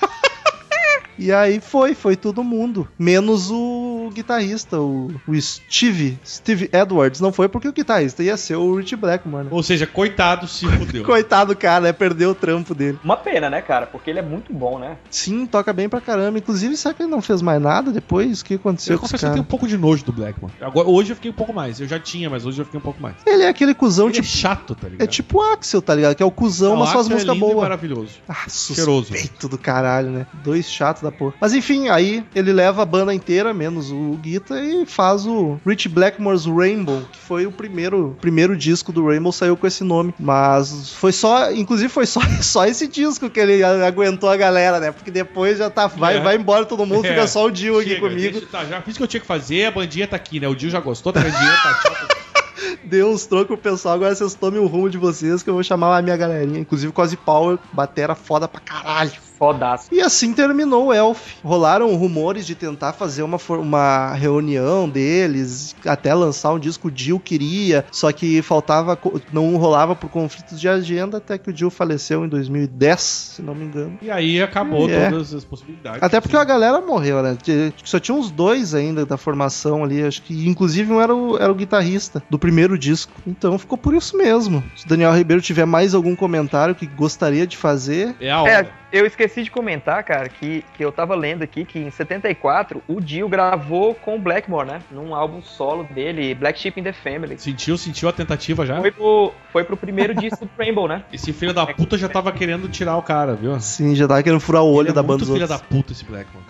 Speaker 2: E aí foi, foi todo mundo. Menos o guitarrista, o, o Steve, Steve Edwards. Não foi porque o guitarrista ia ser o Rich Blackmore, né?
Speaker 3: ou seja, coitado, se fudeu.
Speaker 2: Coitado do cara, né? Perdeu o trampo dele.
Speaker 4: Uma pena, né, cara? Porque ele é muito bom, né?
Speaker 2: Sim, toca bem pra caramba. Inclusive, será que ele não fez mais nada depois? O que aconteceu
Speaker 3: Eu
Speaker 2: com esse
Speaker 3: confesso que eu tenho
Speaker 2: cara?
Speaker 3: um pouco de nojo do Blackmore. Agora, hoje eu fiquei um pouco mais. Eu já tinha, mas hoje eu fiquei um pouco mais.
Speaker 2: Ele é aquele cuzão
Speaker 3: Ele é
Speaker 2: tipo.
Speaker 3: chato, tá ligado?
Speaker 2: É tipo o Axel, tá ligado? Que é o cuzão,
Speaker 3: Não,
Speaker 2: mas faz
Speaker 3: Axel é
Speaker 2: música
Speaker 3: lindo e
Speaker 2: boa.
Speaker 3: maravilhoso.
Speaker 2: Ah, suspeito
Speaker 3: Cheiroso.
Speaker 2: do caralho, né? Dois chatos da porra. Mas enfim, aí ele leva a banda inteira, menos o Guita, e faz o Rich Blackmore's Rainbow, que foi o primeiro, primeiro disco do Rainbow, saiu com esse nome. Mas foi só, inclusive foi só, só esse disco que ele a- aguentou a galera, né? Porque depois já tá, vai,
Speaker 3: É.
Speaker 2: vai embora todo mundo,
Speaker 3: É.
Speaker 2: fica só o Dio aqui
Speaker 3: Chega,
Speaker 2: comigo.
Speaker 3: deixa- tá, já fiz o que eu tinha que fazer, a bandinha tá aqui, né? O Dio já gostou da bandinha, tá chato.
Speaker 2: Deu uns trocos pro pessoal, agora vocês tomem o rumo de vocês que eu vou chamar a minha galerinha. Inclusive, Cosy Power, batera foda pra caralho.
Speaker 4: Fodaço.
Speaker 2: E assim terminou o Elf. Rolaram rumores de tentar fazer uma, for- uma reunião deles, até lançar um disco que o Jill queria, só que faltava, co- não rolava por conflitos de agenda, até que o Jill faleceu em 2010, se não me engano.
Speaker 3: E aí acabou
Speaker 2: É.
Speaker 3: todas as possibilidades.
Speaker 2: Até porque a galera morreu, né? T- Só tinha uns dois ainda da formação ali, acho que inclusive um era o, era o guitarrista do primeiro disco. Então ficou por isso mesmo. Se o Daniel Ribeiro tiver mais algum comentário que gostaria de fazer,
Speaker 3: É a hora.
Speaker 4: eu esqueci de comentar, cara, que, que eu tava lendo aqui que em 74 o Dio gravou com o Blackmore, né? Num álbum solo dele, Black Sheep in the Family.
Speaker 3: Sentiu, sentiu a tentativa já?
Speaker 4: Foi pro, foi pro primeiro disco do Rainbow, né?
Speaker 3: Esse filho da puta já tava querendo tirar o cara, viu?
Speaker 2: Sim, assim, já tava querendo furar o olho
Speaker 3: Ele é
Speaker 2: da banda
Speaker 3: muito
Speaker 2: dos
Speaker 3: filho
Speaker 2: outros.
Speaker 3: da puta esse Blackmore.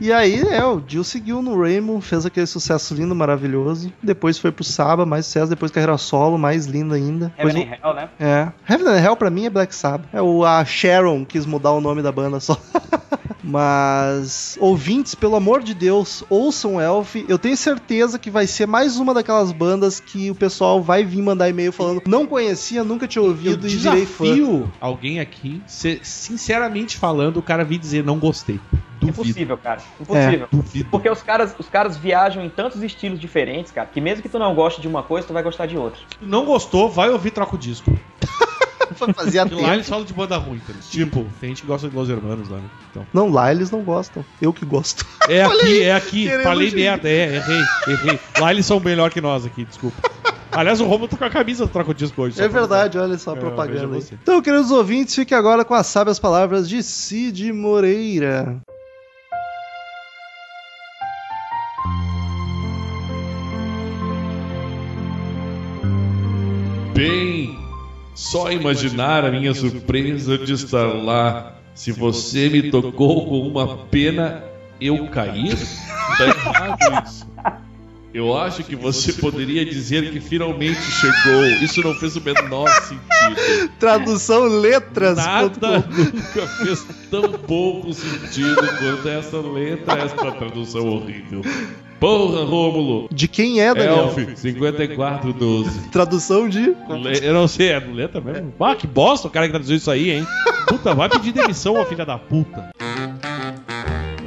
Speaker 2: E aí, é, o Dio seguiu no Rainbow, fez aquele sucesso lindo, maravilhoso. Depois foi pro Saba, mais sucesso, depois carreira solo, mais linda ainda.
Speaker 3: É
Speaker 2: Depois
Speaker 5: Heaven and Hell, né?
Speaker 2: o- é. Heaven and Hell pra mim é Black Sabbath. É o a Sharon quis mudar o nome da banda só. Mas ouvintes, pelo amor de Deus, ouçam Elf. Eu tenho certeza que vai ser mais uma daquelas bandas que o pessoal vai vir mandar e-mail falando não conhecia, nunca tinha
Speaker 3: Eu
Speaker 2: ouvido e virei fã.
Speaker 3: desafio alguém aqui, se- sinceramente falando, o cara vir dizer não gostei. Duvido. É.
Speaker 5: Impossível, cara.
Speaker 2: Impossível.
Speaker 5: Impossível.
Speaker 3: Duvido.
Speaker 5: Porque os caras, os caras viajam em tantos estilos diferentes, cara, que mesmo que tu não goste de uma coisa, tu vai gostar de outra.
Speaker 3: Se não gostou, vai ouvir troca o disco.
Speaker 2: Fazia
Speaker 3: E lá
Speaker 2: tempo.
Speaker 3: eles falam de banda ruim, tá? ligado? Tipo, tem gente que gosta de Los Hermanos lá, né? Então.
Speaker 2: Não, lá eles não gostam. Eu que gosto.
Speaker 3: É aqui, é aqui.
Speaker 2: querendo
Speaker 3: Falei
Speaker 2: te-
Speaker 3: merda, é, errei, errei. Lá eles são melhor que nós aqui, desculpa. Aliás, o Romulo tá com a camisa do Troca o Disco hoje. só
Speaker 2: É
Speaker 3: pra
Speaker 2: verdade, olha só a
Speaker 3: É,
Speaker 2: propaganda
Speaker 3: veja
Speaker 2: aí.
Speaker 3: você.
Speaker 2: Então, queridos ouvintes, fique agora com as sábias palavras de Cid Moreira.
Speaker 7: Bem, só imaginar a minha surpresa de estar lá. Se você me tocou com uma pena, eu caí? Tá errado isso. Eu acho que você poderia dizer que finalmente chegou. Isso não fez o menor sentido.
Speaker 2: Tradução letras.
Speaker 7: Nada nunca fez tão pouco sentido quanto essa letra, essa tradução horrível. Porra, Rômulo!
Speaker 2: De quem é, Daniel?
Speaker 7: Elf 5412.
Speaker 2: Tradução de.
Speaker 3: Le- Eu não sei, é do letra mesmo? Ah, que bosta o cara que traduziu isso aí, hein? Puta, vai pedir demissão, ô filha da puta.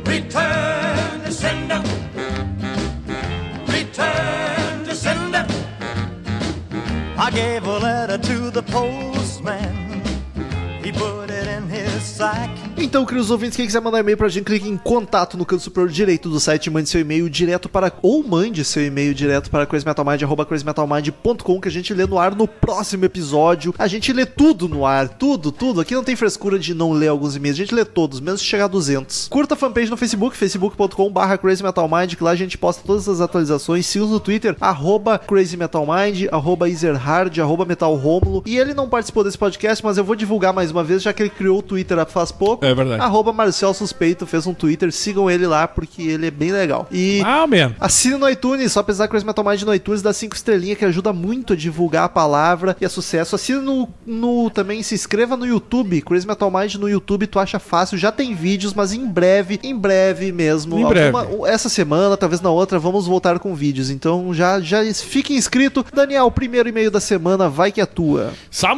Speaker 1: Return to sender. Return to sender.
Speaker 8: I gave a letter to the postman. He put it in his sack.
Speaker 2: Então, queridos ouvintes, quem quiser mandar e-mail pra gente, clique em contato no canto superior direito do site, mande seu e-mail direto para. Ou mande seu e-mail direto para crazymetalmind, arroba crazymetalmind.com, que a gente lê no ar no próximo episódio. A gente lê tudo no ar, tudo, tudo. Aqui não tem frescura de não ler alguns e-mails, a gente lê todos, menos se chegar a 200. Curta a fanpage no Facebook, facebook.com.br crazymetalmind, que lá a gente posta todas as atualizações. Siga no Twitter, arroba crazymetalmind, arroba ezerhard, arroba metalromulo. E ele não participou desse podcast, mas eu vou divulgar mais uma vez, já que ele criou o Twitter há faz pouco.
Speaker 3: É verdade.
Speaker 2: Arroba Marcel Suspeito fez um Twitter, sigam ele lá porque ele é bem legal. E
Speaker 3: Ah, man.
Speaker 2: assine no iTunes, só pesar Crazy Metal Mind no iTunes, dá 5 estrelinhas que ajuda muito a divulgar a palavra e é sucesso. Assina no, no- também, se inscreva no YouTube, Crazy Metal Mind no YouTube, tu acha fácil, já tem vídeos, mas em breve, em breve mesmo.
Speaker 3: Em breve.
Speaker 2: essa semana, talvez na outra, vamos voltar com vídeos. Então já, já fique inscrito. Daniel, primeiro e-mail da semana, vai que é tua.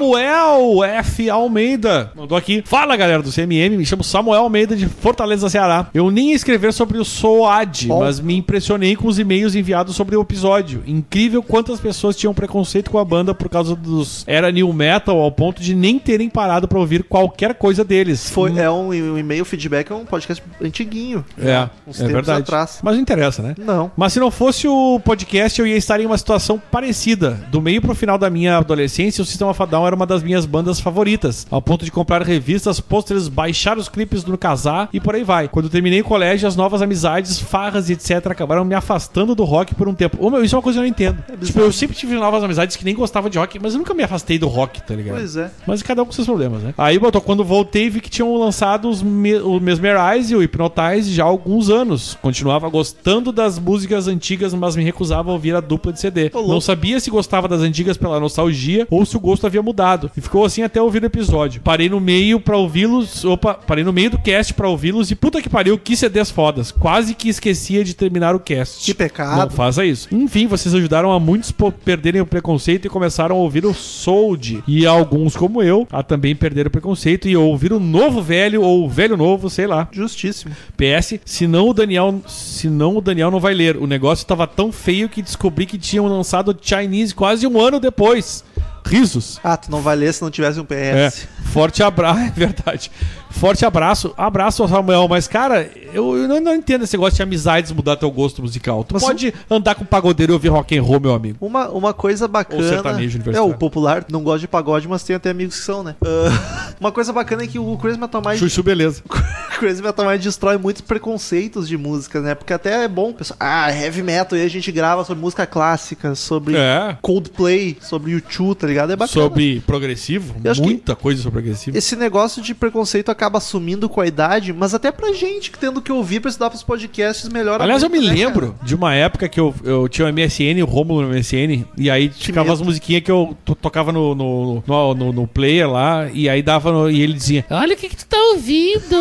Speaker 3: Samuel F. Almeida mandou aqui. Fala galera do CMM, me chamo Samuel Almeida de Fortaleza, Ceará. Eu nem ia escrever sobre o SOAD,
Speaker 2: Bom.
Speaker 3: mas me impressionei com os e-mails enviados sobre o episódio. Incrível quantas pessoas tinham preconceito com a banda por causa dos era new metal ao ponto de nem terem parado pra ouvir qualquer coisa deles. Hum,
Speaker 2: Foi, é um, um e-mail, feedback, é um podcast antiguinho.
Speaker 3: É,
Speaker 2: Uns
Speaker 3: é
Speaker 2: tempos
Speaker 3: verdade.
Speaker 2: atrás.
Speaker 3: Mas não interessa, né?
Speaker 2: Não.
Speaker 3: Mas se não fosse o podcast, eu ia estar em uma situação parecida. Do meio pro final da minha adolescência, o Sistema Fadão era uma das minhas bandas favoritas, ao ponto de comprar revistas, pôsteres, baixar os clipes do Casar e por aí vai. Quando terminei o colégio, as novas amizades, farras e etc acabaram me afastando do rock por um tempo. Ô, meu, isso é uma coisa que eu não entendo. tipo, eu sempre tive novas amizades que nem gostava de rock, mas eu nunca me afastei do rock, tá ligado?
Speaker 2: Pois é.
Speaker 3: Mas cada um com seus problemas, né? Aí botou, quando voltei, vi que tinham lançado os me o Mesmerize e o Hypnotize já há alguns anos. Continuava gostando das músicas antigas, mas me recusava a ouvir a dupla de CD. Não sabia se gostava das antigas pela nostalgia ou se o gosto havia mudado. E ficou assim até ouvir o episódio. Parei no meio pra ouvi-los. Opa, parei no meio do cast pra ouvi-los e puta que pariu, que CDs fodas. Quase que esquecia de terminar o cast.
Speaker 2: Que pecado.
Speaker 3: Não faça isso. Enfim, vocês ajudaram a muitos po- perderem o preconceito e começaram a ouvir o Sold. E alguns, como eu, a também perder o preconceito e ouvir o novo velho ou o velho novo, sei lá.
Speaker 2: Justíssimo.
Speaker 3: PS, senão o Daniel, senão o Daniel não vai ler. O negócio tava tão feio que descobri que tinham lançado Chinese quase um ano depois. Risos.
Speaker 2: Ah, tu não vai ler se não tivesse um
Speaker 3: É,
Speaker 2: PS.
Speaker 3: forte abraço, é verdade. Forte abraço. Abraço, Samuel. Mas, cara, eu, eu não, não entendo esse negócio de amizades mudar teu gosto musical. Tu
Speaker 2: Mas
Speaker 3: pode andar com pagodeiro e ouvir rock and roll, meu amigo.
Speaker 2: Uma, uma coisa
Speaker 3: Ou
Speaker 2: bacana.
Speaker 3: sertanejo
Speaker 2: É,
Speaker 3: universitário.
Speaker 2: o popular não gosta de pagode, mas tem até amigos que são, né? Ah, uma coisa bacana é que o Crazy Metal Mind
Speaker 3: Chuchu, beleza.
Speaker 2: Crazy Metal Mind destrói muitos preconceitos de música, né? Porque até é bom, pessoal. Ah, heavy metal, e a gente grava sobre música clássica, sobre
Speaker 3: É.
Speaker 2: Coldplay, sobre YouTube, tá ligado? É bacana.
Speaker 3: Sobre progressivo?
Speaker 2: Eu acho que-
Speaker 3: Muita coisa sobre progressivo.
Speaker 2: Esse negócio de preconceito acaba sumindo com a idade, mas até pra gente que tendo que ouvir pra estudar pros podcasts melhora.
Speaker 3: Aliás, eu me
Speaker 2: muito, né,
Speaker 3: lembro de uma época que eu, eu tinha o MSN, o Rômulo no MSN, e aí ficava
Speaker 2: medo.
Speaker 3: as musiquinhas que eu to- tocava no, no, no, no- no player lá, e aí dava no- e ele dizia: Olha o que, que tu tá ouvindo!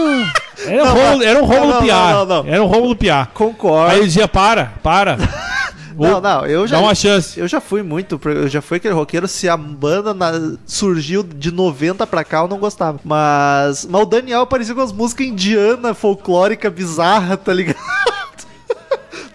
Speaker 3: Era um
Speaker 2: Não,
Speaker 3: Rômulo- era um
Speaker 2: não,
Speaker 3: Rômulo
Speaker 2: não,
Speaker 3: Piar.
Speaker 2: não, não, não.
Speaker 3: Era um Rômulo Piar.
Speaker 2: cara? Concordo.
Speaker 3: Aí eu dizia: Para, para.
Speaker 2: Não, não, eu já-
Speaker 3: Dá uma chance.
Speaker 2: Eu já fui muito, pro- eu já fui aquele roqueiro. Se a banda na- surgiu de 90 pra cá, eu não gostava. Mas, mas o Daniel parecia com as músicas indiana, folclórica, bizarra, tá ligado?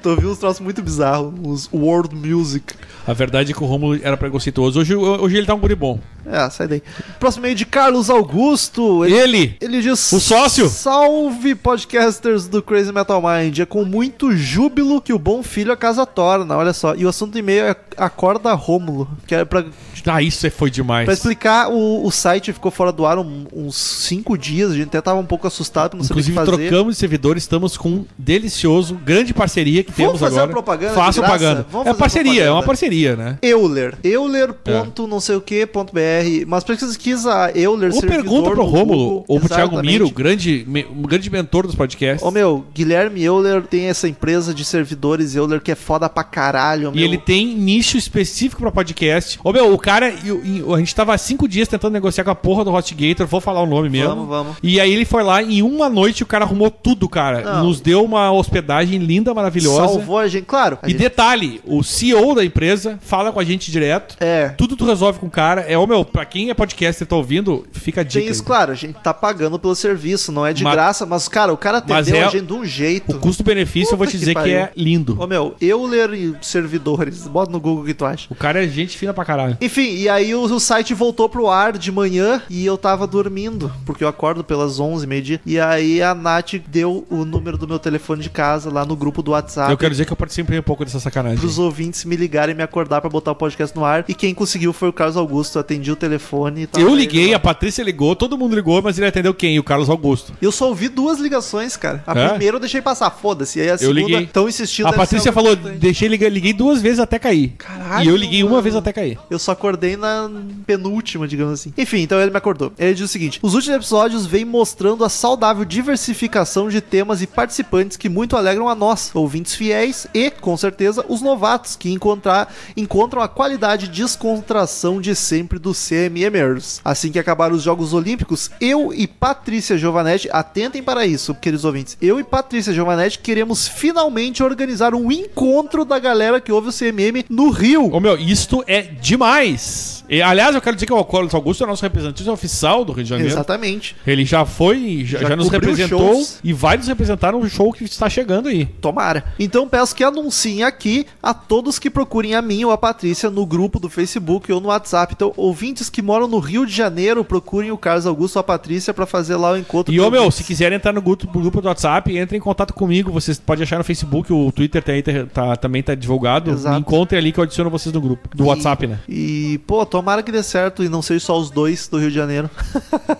Speaker 2: Tu ouviu uns troços muito bizarros, uns world music.
Speaker 3: A verdade é que o Rômulo era preconceituoso. Hoje, hoje ele tá um guri bom.
Speaker 2: É, sai daí. Próximo meio de Carlos Augusto. Ele,
Speaker 3: Ele!
Speaker 2: ele diz:
Speaker 3: O sócio?
Speaker 2: Salve podcasters do Crazy Metal Mind. É com muito júbilo que o bom filho a casa torna. Olha só. E o assunto do e-mail é Acorda Rômulo, que é pra
Speaker 3: Ah, isso foi demais.
Speaker 2: Pra explicar, o, o site ficou fora do ar um- uns 5 dias, a gente até tava um pouco assustado pra não saber o que
Speaker 3: Inclusive,
Speaker 2: fazer.
Speaker 3: trocamos de servidor, estamos com um delicioso, grande parceria que
Speaker 2: Vamos
Speaker 3: temos
Speaker 2: fazer
Speaker 3: agora.
Speaker 2: uma propaganda de
Speaker 3: Faça
Speaker 2: graça?
Speaker 3: propaganda.
Speaker 2: Vamos
Speaker 3: É
Speaker 2: fazer
Speaker 3: parceria,
Speaker 2: propaganda.
Speaker 3: é uma parceria, né?
Speaker 2: Euler.
Speaker 3: É.
Speaker 2: Euler. ponto não sei o que, ponto BR. Mas pesquisa Euler
Speaker 3: Ou
Speaker 2: servidor
Speaker 3: pergunta pro
Speaker 2: no
Speaker 3: Rômulo,
Speaker 2: Google.
Speaker 3: ou pro Thiago
Speaker 2: Exatamente.
Speaker 3: Miro, grande, me- um grande mentor dos podcasts.
Speaker 2: Ô meu, Guilherme Euler tem essa empresa de servidores Euler que é foda pra caralho,
Speaker 3: E
Speaker 2: meu.
Speaker 3: ele tem nicho específico pra podcast. Ô meu, o cara, e o- e o- a gente tava há cinco dias tentando negociar com a porra do HotGator, vou falar o nome mesmo.
Speaker 2: Vamos, vamos.
Speaker 3: E aí ele foi lá, e em uma noite o cara arrumou tudo, cara.
Speaker 2: Não.
Speaker 3: Nos deu uma hospedagem linda, maravilhosa.
Speaker 2: salvou a gente, claro. a
Speaker 3: né? E
Speaker 2: gente-
Speaker 3: detalhe, o CEO da empresa fala com a gente direto.
Speaker 2: É.
Speaker 3: Tudo tu resolve com o cara. É, ô meu, pra quem é podcast e tá ouvindo, fica a dica.
Speaker 2: Tem isso,
Speaker 3: aí.
Speaker 2: claro, a gente tá pagando pelo serviço, não é de
Speaker 3: Mas-
Speaker 2: graça, mas, cara, o cara
Speaker 3: Mas
Speaker 2: atendeu
Speaker 3: é-
Speaker 2: a gente de um jeito.
Speaker 3: O custo-benefício eu vou
Speaker 2: Puta
Speaker 3: te
Speaker 2: que
Speaker 3: dizer que,
Speaker 2: pariu.
Speaker 3: é lindo.
Speaker 2: Ô meu, Euler e servidores, bota no Google o que tu acha.
Speaker 3: O cara é gente fina pra caralho.
Speaker 2: Enfim, e aí o, o site voltou pro ar de manhã e eu tava dormindo, porque eu acordo pelas 11, meio-dia. E aí a Nath deu o número do meu telefone de casa lá no grupo do WhatsApp.
Speaker 3: Eu quero dizer que eu participei um pouco dessa sacanagem.
Speaker 2: Tá. Pros ouvintes me ligarem e me acordar pra botar o podcast no ar. E quem conseguiu foi o Carlos Augusto. Eu atendi o telefone. e tava
Speaker 3: Eu
Speaker 2: ele
Speaker 3: liguei,
Speaker 2: lá.
Speaker 3: a Patrícia ligou, todo mundo ligou, mas ele atendeu quem? O Carlos Augusto.
Speaker 2: Eu só ouvi duas ligações, cara. A
Speaker 3: É?
Speaker 2: primeira eu deixei passar, foda-se. E aí a
Speaker 3: liguei.
Speaker 2: segunda tão insistindo.
Speaker 3: a
Speaker 2: deve ser
Speaker 3: Patrícia
Speaker 2: algo
Speaker 3: falou,
Speaker 2: importante.
Speaker 3: deixei ligar, liguei duas vezes até cair.
Speaker 2: Caralho,
Speaker 3: e eu liguei uma
Speaker 2: mano.
Speaker 3: vez até cair.
Speaker 2: Eu só acordei na penúltima, digamos assim. Enfim, então ele me acordou. Ele diz o seguinte: os últimos episódios vêm mostrando a saudável diversificação de temas e participantes que muito alegram a nós, ouvintes fiéis e, com certeza, os novatos que encontrar, encontram a qualidade e descontração de sempre dos CMMers. Assim que acabar os Jogos Olímpicos, eu e Patrícia Giovanetti, atentem para isso, queridos ouvintes. Eu e Patrícia Giovanetti queremos finalmente organizar um encontro da galera que ouve o CMM no Rio.
Speaker 3: Ô meu, isto é demais. E, aliás, eu quero dizer que o Carlos Augusto é nosso representante oficial do Rio de Janeiro.
Speaker 2: Exatamente.
Speaker 3: Ele já foi, já,
Speaker 2: Já
Speaker 3: já nos
Speaker 2: cobriu
Speaker 3: representou
Speaker 2: shows.
Speaker 3: e vai nos representar no show que está chegando aí.
Speaker 2: Tomara. Então peço que anunciem aqui a todos que procurem a mim ou a Patrícia no grupo do Facebook ou no WhatsApp. Então, ouvintes que moram no Rio de Janeiro, procurem o Carlos Augusto ou a Patrícia pra fazer lá o encontro.
Speaker 3: E
Speaker 2: com
Speaker 3: ô meu,
Speaker 2: ouvintes.
Speaker 3: se quiserem entrar no grupo, grupo do WhatsApp, entrem em contato comigo. Vocês podem achar no Facebook, o Twitter tá aí, tá- tá- também tá divulgado.
Speaker 2: Exato.
Speaker 3: Me encontrem ali que eu adiciono vocês no grupo. Do
Speaker 2: E-
Speaker 3: WhatsApp, né?
Speaker 2: E, pô, tomara que dê certo e não seja só os dois do Rio de Janeiro.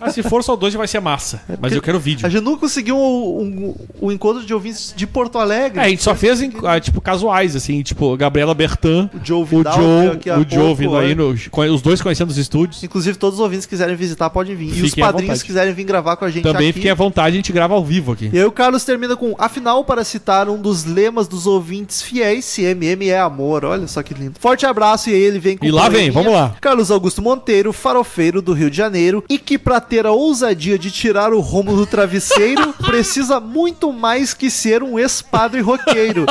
Speaker 3: Mas Ah, se for só dois, vai ser massa. Mas eu quero vídeo.
Speaker 2: A gente não conseguiu o um, um encontro de ouvintes de Porto Alegre.
Speaker 3: É, a gente só fez, em- ah, tipo, casuais, assim, tipo, Gabriela Bertan, o
Speaker 2: Joe
Speaker 3: Joe,
Speaker 2: Vidal veio aqui há
Speaker 3: o Joe
Speaker 2: pouco,
Speaker 3: vindo aí,
Speaker 2: né?
Speaker 3: no- co- os dois conhecendo os estúdios.
Speaker 2: Inclusive, todos os ouvintes que quiserem visitar podem vir. e os
Speaker 3: Fiquem à
Speaker 2: padrinhos
Speaker 3: vontade.
Speaker 2: que quiserem vir gravar com a gente
Speaker 3: Também
Speaker 2: aqui.
Speaker 3: fiquem à vontade, a gente grava ao vivo aqui.
Speaker 2: E aí o Carlos termina com: Afinal, para citar um dos lemas dos ouvintes fiéis, CMM é amor. Olha só que lindo. Forte abraço e aí ele vem com
Speaker 3: E lá
Speaker 2: poeminha.
Speaker 3: vem, vamos lá.
Speaker 2: Carlos Augusto Monteiro, farofeiro do Rio de Janeiro, e que pra ter a ousadia de tirar o rumo do travesseiro, precisa muito mais que ser um ex-padre roqueiro,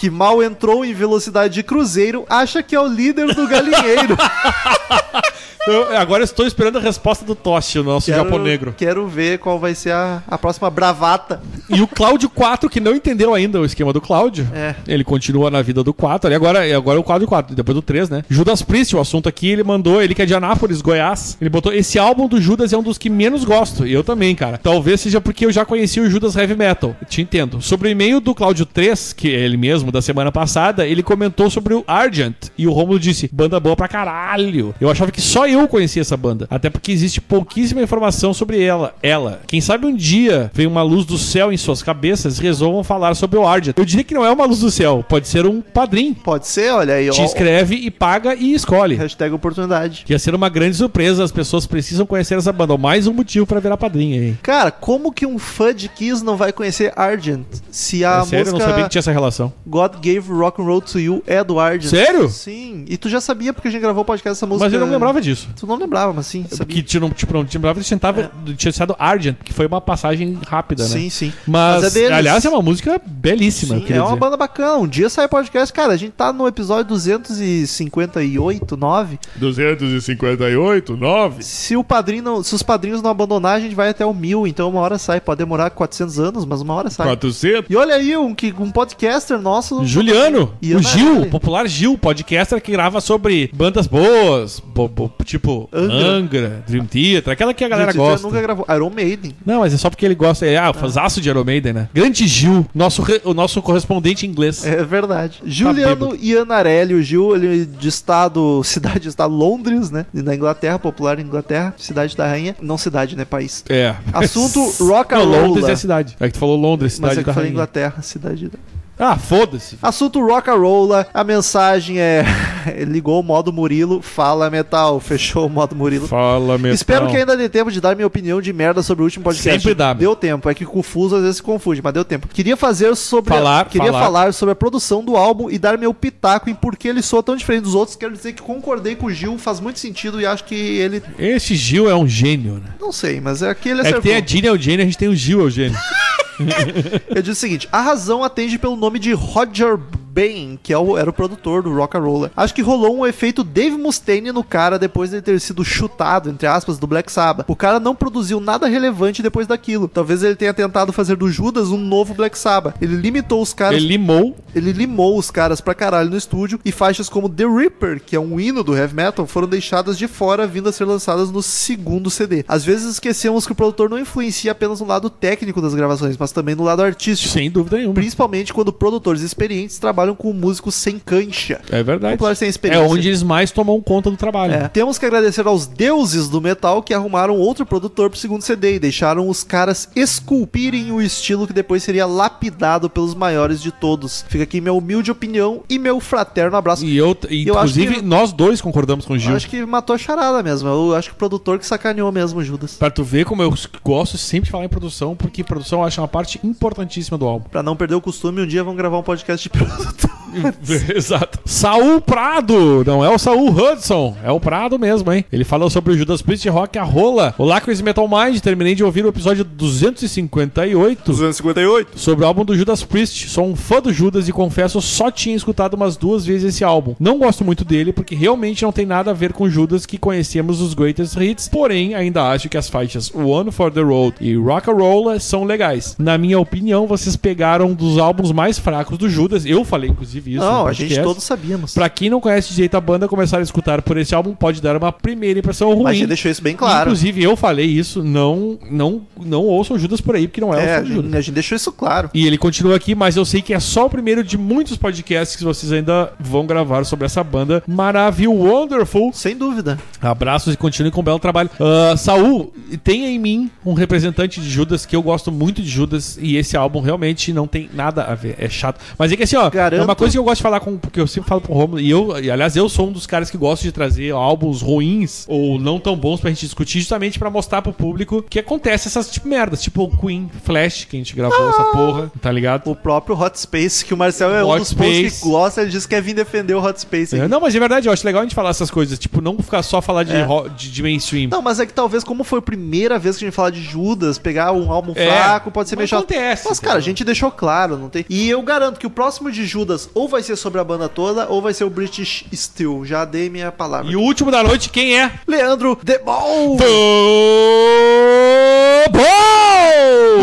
Speaker 2: que mal entrou em velocidade de cruzeiro, acha que é o líder do galinheiro.
Speaker 3: Eu- agora eu estou esperando a resposta do Toshi, o nosso
Speaker 2: Quero-
Speaker 3: Japão Negro.
Speaker 2: Quero ver qual vai ser a, a próxima bravata.
Speaker 3: E o Cláudio 4, que não entendeu ainda o esquema do Cláudio.
Speaker 2: É.
Speaker 3: Ele continua na vida do 4. E agora, e agora é o Cláudio 4, depois do 3, né? Judas Priest, o assunto aqui, ele mandou, ele que é de Anápolis, Goiás. Ele botou: Esse álbum do Judas é um dos que menos gosto. E eu também, cara. Talvez seja porque eu já conheci o Judas Heavy Metal. Te entendo. Sobre o e-mail do Cláudio 3, que é ele mesmo, da semana passada, ele comentou sobre o Argent. E o Romulo disse: Banda boa pra caralho. Eu achava que só eu conhecia essa banda. Até porque existe pouquíssima informação sobre ela. Ela. Quem sabe um dia vem uma luz do céu em suas cabeças e resolvam falar sobre o Argent. Eu diria que não é uma luz do céu, pode ser um padrinho.
Speaker 2: Pode ser, olha aí.
Speaker 3: Te
Speaker 2: ó.
Speaker 3: inscreve e paga e escolhe.
Speaker 2: Hashtag oportunidade.
Speaker 3: Ia ser uma grande surpresa, as pessoas precisam conhecer essa banda. Mais um motivo pra virar padrinho aí.
Speaker 2: Cara, como que um fã de Kiss não vai conhecer Argent? Se a
Speaker 3: é sério, eu não sabia
Speaker 2: música
Speaker 3: que tinha essa relação.
Speaker 2: God Gave Rock and Roll to You é do Argent.
Speaker 3: Sério?
Speaker 2: Sim. E tu já sabia porque a gente gravou o podcast dessa música.
Speaker 3: Mas eu não lembrava disso.
Speaker 2: Tu não lembrava, mas sim, sabia. É.
Speaker 3: Que tu não, tipo, não te lembrava de sentava, tinha citado Argent, que foi uma passagem rápida, né?
Speaker 2: Sim, sim.
Speaker 3: Mas,
Speaker 2: Mas é deles.
Speaker 3: aliás, é uma música belíssima, eu
Speaker 2: Sim,
Speaker 3: queria
Speaker 2: é uma
Speaker 3: dizer.
Speaker 2: banda bacana. Um dia sai podcast, cara. A gente tá no episódio 258, 9.
Speaker 9: 258, 9?
Speaker 2: Se, o padrinho não- se os padrinhos não abandonar, a gente vai até o mil. Então uma hora sai. Pode demorar 400 anos, mas uma hora sai.
Speaker 9: 400?
Speaker 2: E olha aí, um, que- um podcaster nosso.
Speaker 3: Juliano,
Speaker 2: E é
Speaker 3: o
Speaker 2: Ana
Speaker 3: Gil,
Speaker 2: Arendt.
Speaker 3: o popular Gil, podcaster que grava sobre bandas boas, bo- bo- tipo
Speaker 2: Angra.
Speaker 3: Angra. Dream Theater, aquela que a galera
Speaker 2: Gente,
Speaker 3: gosta.
Speaker 2: nunca gravou. Iron Maiden.
Speaker 3: Não, mas é só porque ele gosta. É, ah, fazaço de Iron Maiden, né? Grande Gil, nosso, re- o nosso correspondente inglês.
Speaker 2: É verdade.
Speaker 3: Tá
Speaker 2: Juliano Ianarelli, o Gil, ele é de estado, cidade de estado Londres, né? Na Inglaterra, popular Inglaterra, cidade da rainha. Não cidade, né? País.
Speaker 3: É.
Speaker 2: Assunto rock and
Speaker 3: Não,
Speaker 2: roll. né?
Speaker 3: Londres é cidade. É que tu falou Londres,
Speaker 2: Mas
Speaker 3: cidade
Speaker 2: é que
Speaker 3: da
Speaker 2: eu falei
Speaker 3: rainha.
Speaker 2: Inglaterra, cidade da...
Speaker 3: Ah, foda-se.
Speaker 2: Assunto rock and roll, a mensagem é ligou o modo Murilo, fala metal, fechou o modo Murilo.
Speaker 3: Fala, meu.
Speaker 2: Espero que ainda dê tempo de dar minha opinião de merda sobre o último podcast.
Speaker 3: Então, Sempre dá, meu.
Speaker 2: Deu tempo, é que confuso às vezes se confunde, mas deu tempo. Queria fazer sobre
Speaker 3: Falar,
Speaker 2: queria falar.
Speaker 3: falar.
Speaker 2: sobre a produção do álbum e dar meu pitaco em por que ele soa tão diferente dos outros. Quero dizer que concordei com o Gil, faz muito sentido e acho que ele,
Speaker 3: Esse Gil é um gênio, né?
Speaker 2: não sei, mas é que ele
Speaker 3: É que tem a Dina Eugênia, a gente tem o Gil Eugênio.
Speaker 2: Eu disse o seguinte: a razão atende pelo nome de Roger Bain, que é o- era o produtor do Rock and Roller. Acho que rolou um efeito Dave Mustaine no cara depois de ter sido chutado, entre aspas, do Black Sabbath. O cara não produziu nada relevante depois daquilo. Talvez ele tenha tentado fazer do Judas um novo Black Sabbath. Ele limitou os caras
Speaker 3: Ele limou.
Speaker 2: ele limou os caras pra caralho no estúdio e faixas como The Reaper, que é um hino do heavy metal, foram deixadas de fora, vindo a ser lançadas no segundo CD. Às vezes esquecemos que o produtor não influencia apenas no lado técnico das gravações, mas também no lado artístico.
Speaker 3: Sem dúvida nenhuma.
Speaker 2: Principalmente quando produtores experientes trabalham com músicos sem cancha.
Speaker 3: É verdade.
Speaker 2: Popular sem
Speaker 3: É
Speaker 2: experiência.
Speaker 3: onde eles mais tomam conta do trabalho.
Speaker 2: É. Temos que agradecer aos deuses do metal que arrumaram outro produtor pro segundo CD e deixaram os caras esculpirem o estilo que depois seria lapidado pelos maiores de todos. Fica aqui minha humilde opinião e meu fraterno abraço.
Speaker 3: E eu, e,
Speaker 2: Eu acho
Speaker 3: inclusive,
Speaker 2: que-
Speaker 3: nós dois concordamos com o Gil.
Speaker 2: Eu acho que matou a charada mesmo. Eu acho que o produtor que sacaneou mesmo, o Judas.
Speaker 3: Pra tu ver como eu gosto sempre de falar em produção, porque produção eu acho uma parte importantíssima do álbum.
Speaker 2: Pra não perder o costume, um dia vamos gravar um podcast de produtor.
Speaker 3: Exato. Saul Prado! Não é o Saul Hudson, é o Prado mesmo, hein? Ele falou sobre o Judas Priest Rock a rola. Olá, Crazy Metal Mind. Terminei de ouvir o episódio 258
Speaker 2: 258.
Speaker 3: sobre o álbum do Judas Priest. Sou um fã do Judas e confesso, só tinha escutado umas duas vezes esse álbum. Não gosto muito dele porque realmente não tem nada a ver com Judas que conhecemos os greatest hits, porém ainda acho que as faixas One for the Road e Rock and Roll eh, são legais. Na minha opinião, vocês pegaram um dos álbuns mais fracos do Judas. Eu falei inclusive isso.
Speaker 2: Não,
Speaker 3: no
Speaker 2: a gente
Speaker 3: um podcast.
Speaker 2: todos sabíamos.
Speaker 3: Pra quem não conhece direito a banda, começar a escutar por esse álbum pode dar uma primeira impressão ruim.
Speaker 2: Mas a gente deixou isso bem claro.
Speaker 3: um Inclusive, eu falei isso, não, não, não ouçam Judas por aí, porque não
Speaker 2: É, a
Speaker 3: é, o som de Judas.
Speaker 2: gente, a gente deixou isso claro.
Speaker 3: E ele continua aqui, mas eu sei que é só o primeiro de muitos podcasts que vocês ainda vão gravar sobre essa banda maravilhosa, wonderful.
Speaker 2: Sem dúvida.
Speaker 3: Abraços e continue com um belo trabalho. Ah, Saul, tenha em mim um representante de Judas, que eu gosto muito de Judas, e esse álbum realmente não tem nada a ver. É chato. Mas é que assim, ó,
Speaker 2: Garanto-
Speaker 3: é uma coisa que eu gosto de falar com. Porque eu sempre falo pro Romulo, e eu, e, aliás, eu sou um dos caras que gosto de trazer álbuns ruins ou não tão bons pra gente discutir, justamente pra mostrar pro público que acontece essas tipo merdas, tipo o Queen Flash, que a gente gravou essa porra, tá ligado?
Speaker 2: O próprio Hot Space, que o Marcel é um
Speaker 3: Hot
Speaker 2: dos poucos que
Speaker 3: Space.
Speaker 2: gosta, ele disse que quer vir defender o Hot Space.
Speaker 3: É, não, mas é verdade, eu acho legal a gente falar essas coisas, tipo, não ficar só falar de,
Speaker 2: É.
Speaker 3: ro- de, de mainstream.
Speaker 2: Não, mas é que talvez, como foi a primeira vez que a gente falar de Judas, pegar um álbum
Speaker 3: É,
Speaker 2: fraco, pode ser meio
Speaker 3: mas
Speaker 2: chato.
Speaker 3: acontece,
Speaker 2: mas, cara, a
Speaker 3: entendeu?
Speaker 2: gente deixou claro, não tem. E eu garanto que o próximo de Judas ou vai ser sobre a banda toda, ou vai ser o British Steel. Já dei minha palavra.
Speaker 3: E o último da noite, quem é?
Speaker 2: Leandro Debol!
Speaker 3: Futebol!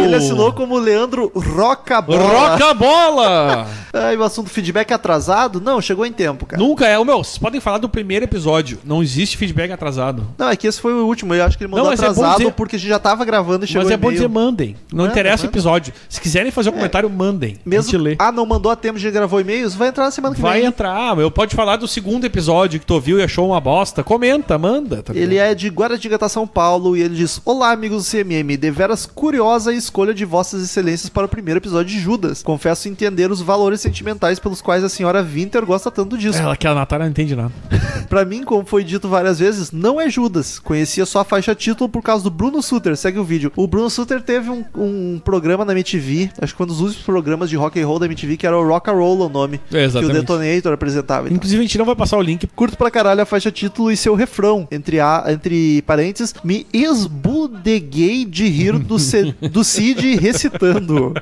Speaker 2: Ele assinou como Leandro Rocabola.
Speaker 3: Oh. Roca a bola!
Speaker 2: Aí o assunto feedback atrasado? Não, chegou em tempo, cara.
Speaker 3: Nunca é. Ô, meu, vocês podem falar do primeiro episódio. Não existe feedback atrasado.
Speaker 2: Não, é que esse foi o último. Eu acho que ele mandou
Speaker 3: Não, mas é bom
Speaker 2: atrasado
Speaker 3: dizer-
Speaker 2: porque a gente já tava gravando e chegou
Speaker 3: Mas é bom
Speaker 2: e-mail.
Speaker 3: dizer, mandem. Não
Speaker 2: Manda,
Speaker 3: interessa o
Speaker 2: manda.
Speaker 3: episódio. Se quiserem fazer um comentário, mandem.
Speaker 2: Mesmo...
Speaker 3: A gente lê.
Speaker 2: Ah, não mandou a tempo, a gente gravou e-mails? Vai entrar na semana que
Speaker 3: Vai
Speaker 2: vem.
Speaker 3: entrar, Ah, meu. Pode falar do segundo episódio que tu ouviu e achou uma bosta. Comenta, manda. tá
Speaker 2: Ele
Speaker 3: ligado?
Speaker 2: é de Guaratinguetá, São Paulo, e ele diz: Olá, amigos do CMM, deveras curiosa a escolha de vossas excelências para o primeiro episódio de Judas. Confesso entender os valores sentimentais pelos quais a senhora Winter gosta tanto disso.
Speaker 3: Ela que a Natália não entende nada.
Speaker 2: Pra mim, como foi dito várias vezes, não é Judas. Conhecia só a faixa título por causa do Bruno Suter. Segue o vídeo. O Bruno Suter teve um, um programa na MTV, acho que foi um dos últimos programas de rock and roll da MTV, que era o Rock and Roll o nome,
Speaker 3: É,
Speaker 2: que o
Speaker 3: exatamente.
Speaker 2: Detonator apresentava. e tal.
Speaker 3: Inclusive, a gente não vai passar o link.
Speaker 2: Curto pra caralho a faixa título e seu refrão. Entre, a, entre parênteses, me esbudeguei de rir do, C- do Cid recitando.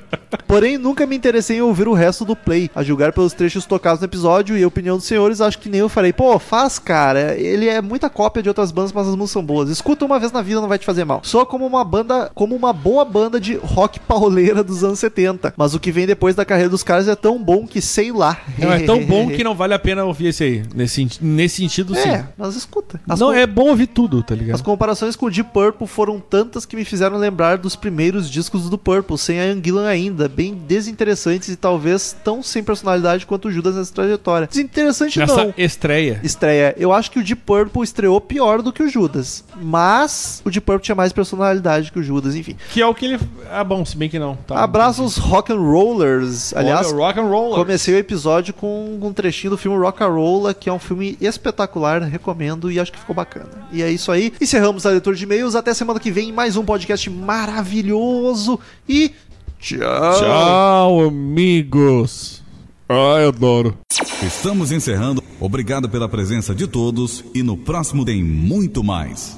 Speaker 2: Porém, nunca me interessei em ouvir o resto do play. A julgar pelos trechos tocados no episódio e a opinião dos senhores, acho que nem eu farei. Pô, faz, cara. Ele é muita cópia de outras bandas, mas as músicas são boas. Escuta uma vez na vida, não vai te fazer mal. Só como uma banda, como uma boa banda de rock pauleira dos anos 70. Mas o que vem depois da carreira dos caras é tão bom que sei lá.
Speaker 3: Não, é tão bom que não vale a pena ouvir esse aí. Nesse, senti- nesse sentido,
Speaker 2: É,
Speaker 3: sim.
Speaker 2: mas escuta. As
Speaker 3: Não,
Speaker 2: com-
Speaker 3: é bom ouvir tudo, tá
Speaker 2: As
Speaker 3: ligado?
Speaker 2: comparações com o Deep Purple foram tantas que me fizeram lembrar dos primeiros discos do Purple, sem a Ian Gillan ainda, bem desinteressantes e talvez tão sem personalidade quanto o Judas nessa trajetória. Desinteressante
Speaker 3: Nessa
Speaker 2: não.
Speaker 3: estreia.
Speaker 2: Estreia. Eu acho que o Deep Purple estreou pior do que o Judas. Mas o Deep Purple tinha mais personalidade que o Judas, enfim.
Speaker 3: Que é o que ele. Ah, bom, se bem que não. Tá.
Speaker 2: Abraço aos rock and rollers. Aliás,
Speaker 3: Olha, rock and roll.
Speaker 2: comecei o episódio com um trechinho do filme Rock and Roll, que é um filme espetacular, recomendo e acho que ficou bacana. E é isso aí. Encerramos a leitura de e-mails. Até semana que vem, mais um podcast maravilhoso e tchau.
Speaker 3: Tchau, amigos. Ah, eu adoro.
Speaker 10: Estamos encerrando. Obrigado pela presença de todos e no próximo tem muito mais.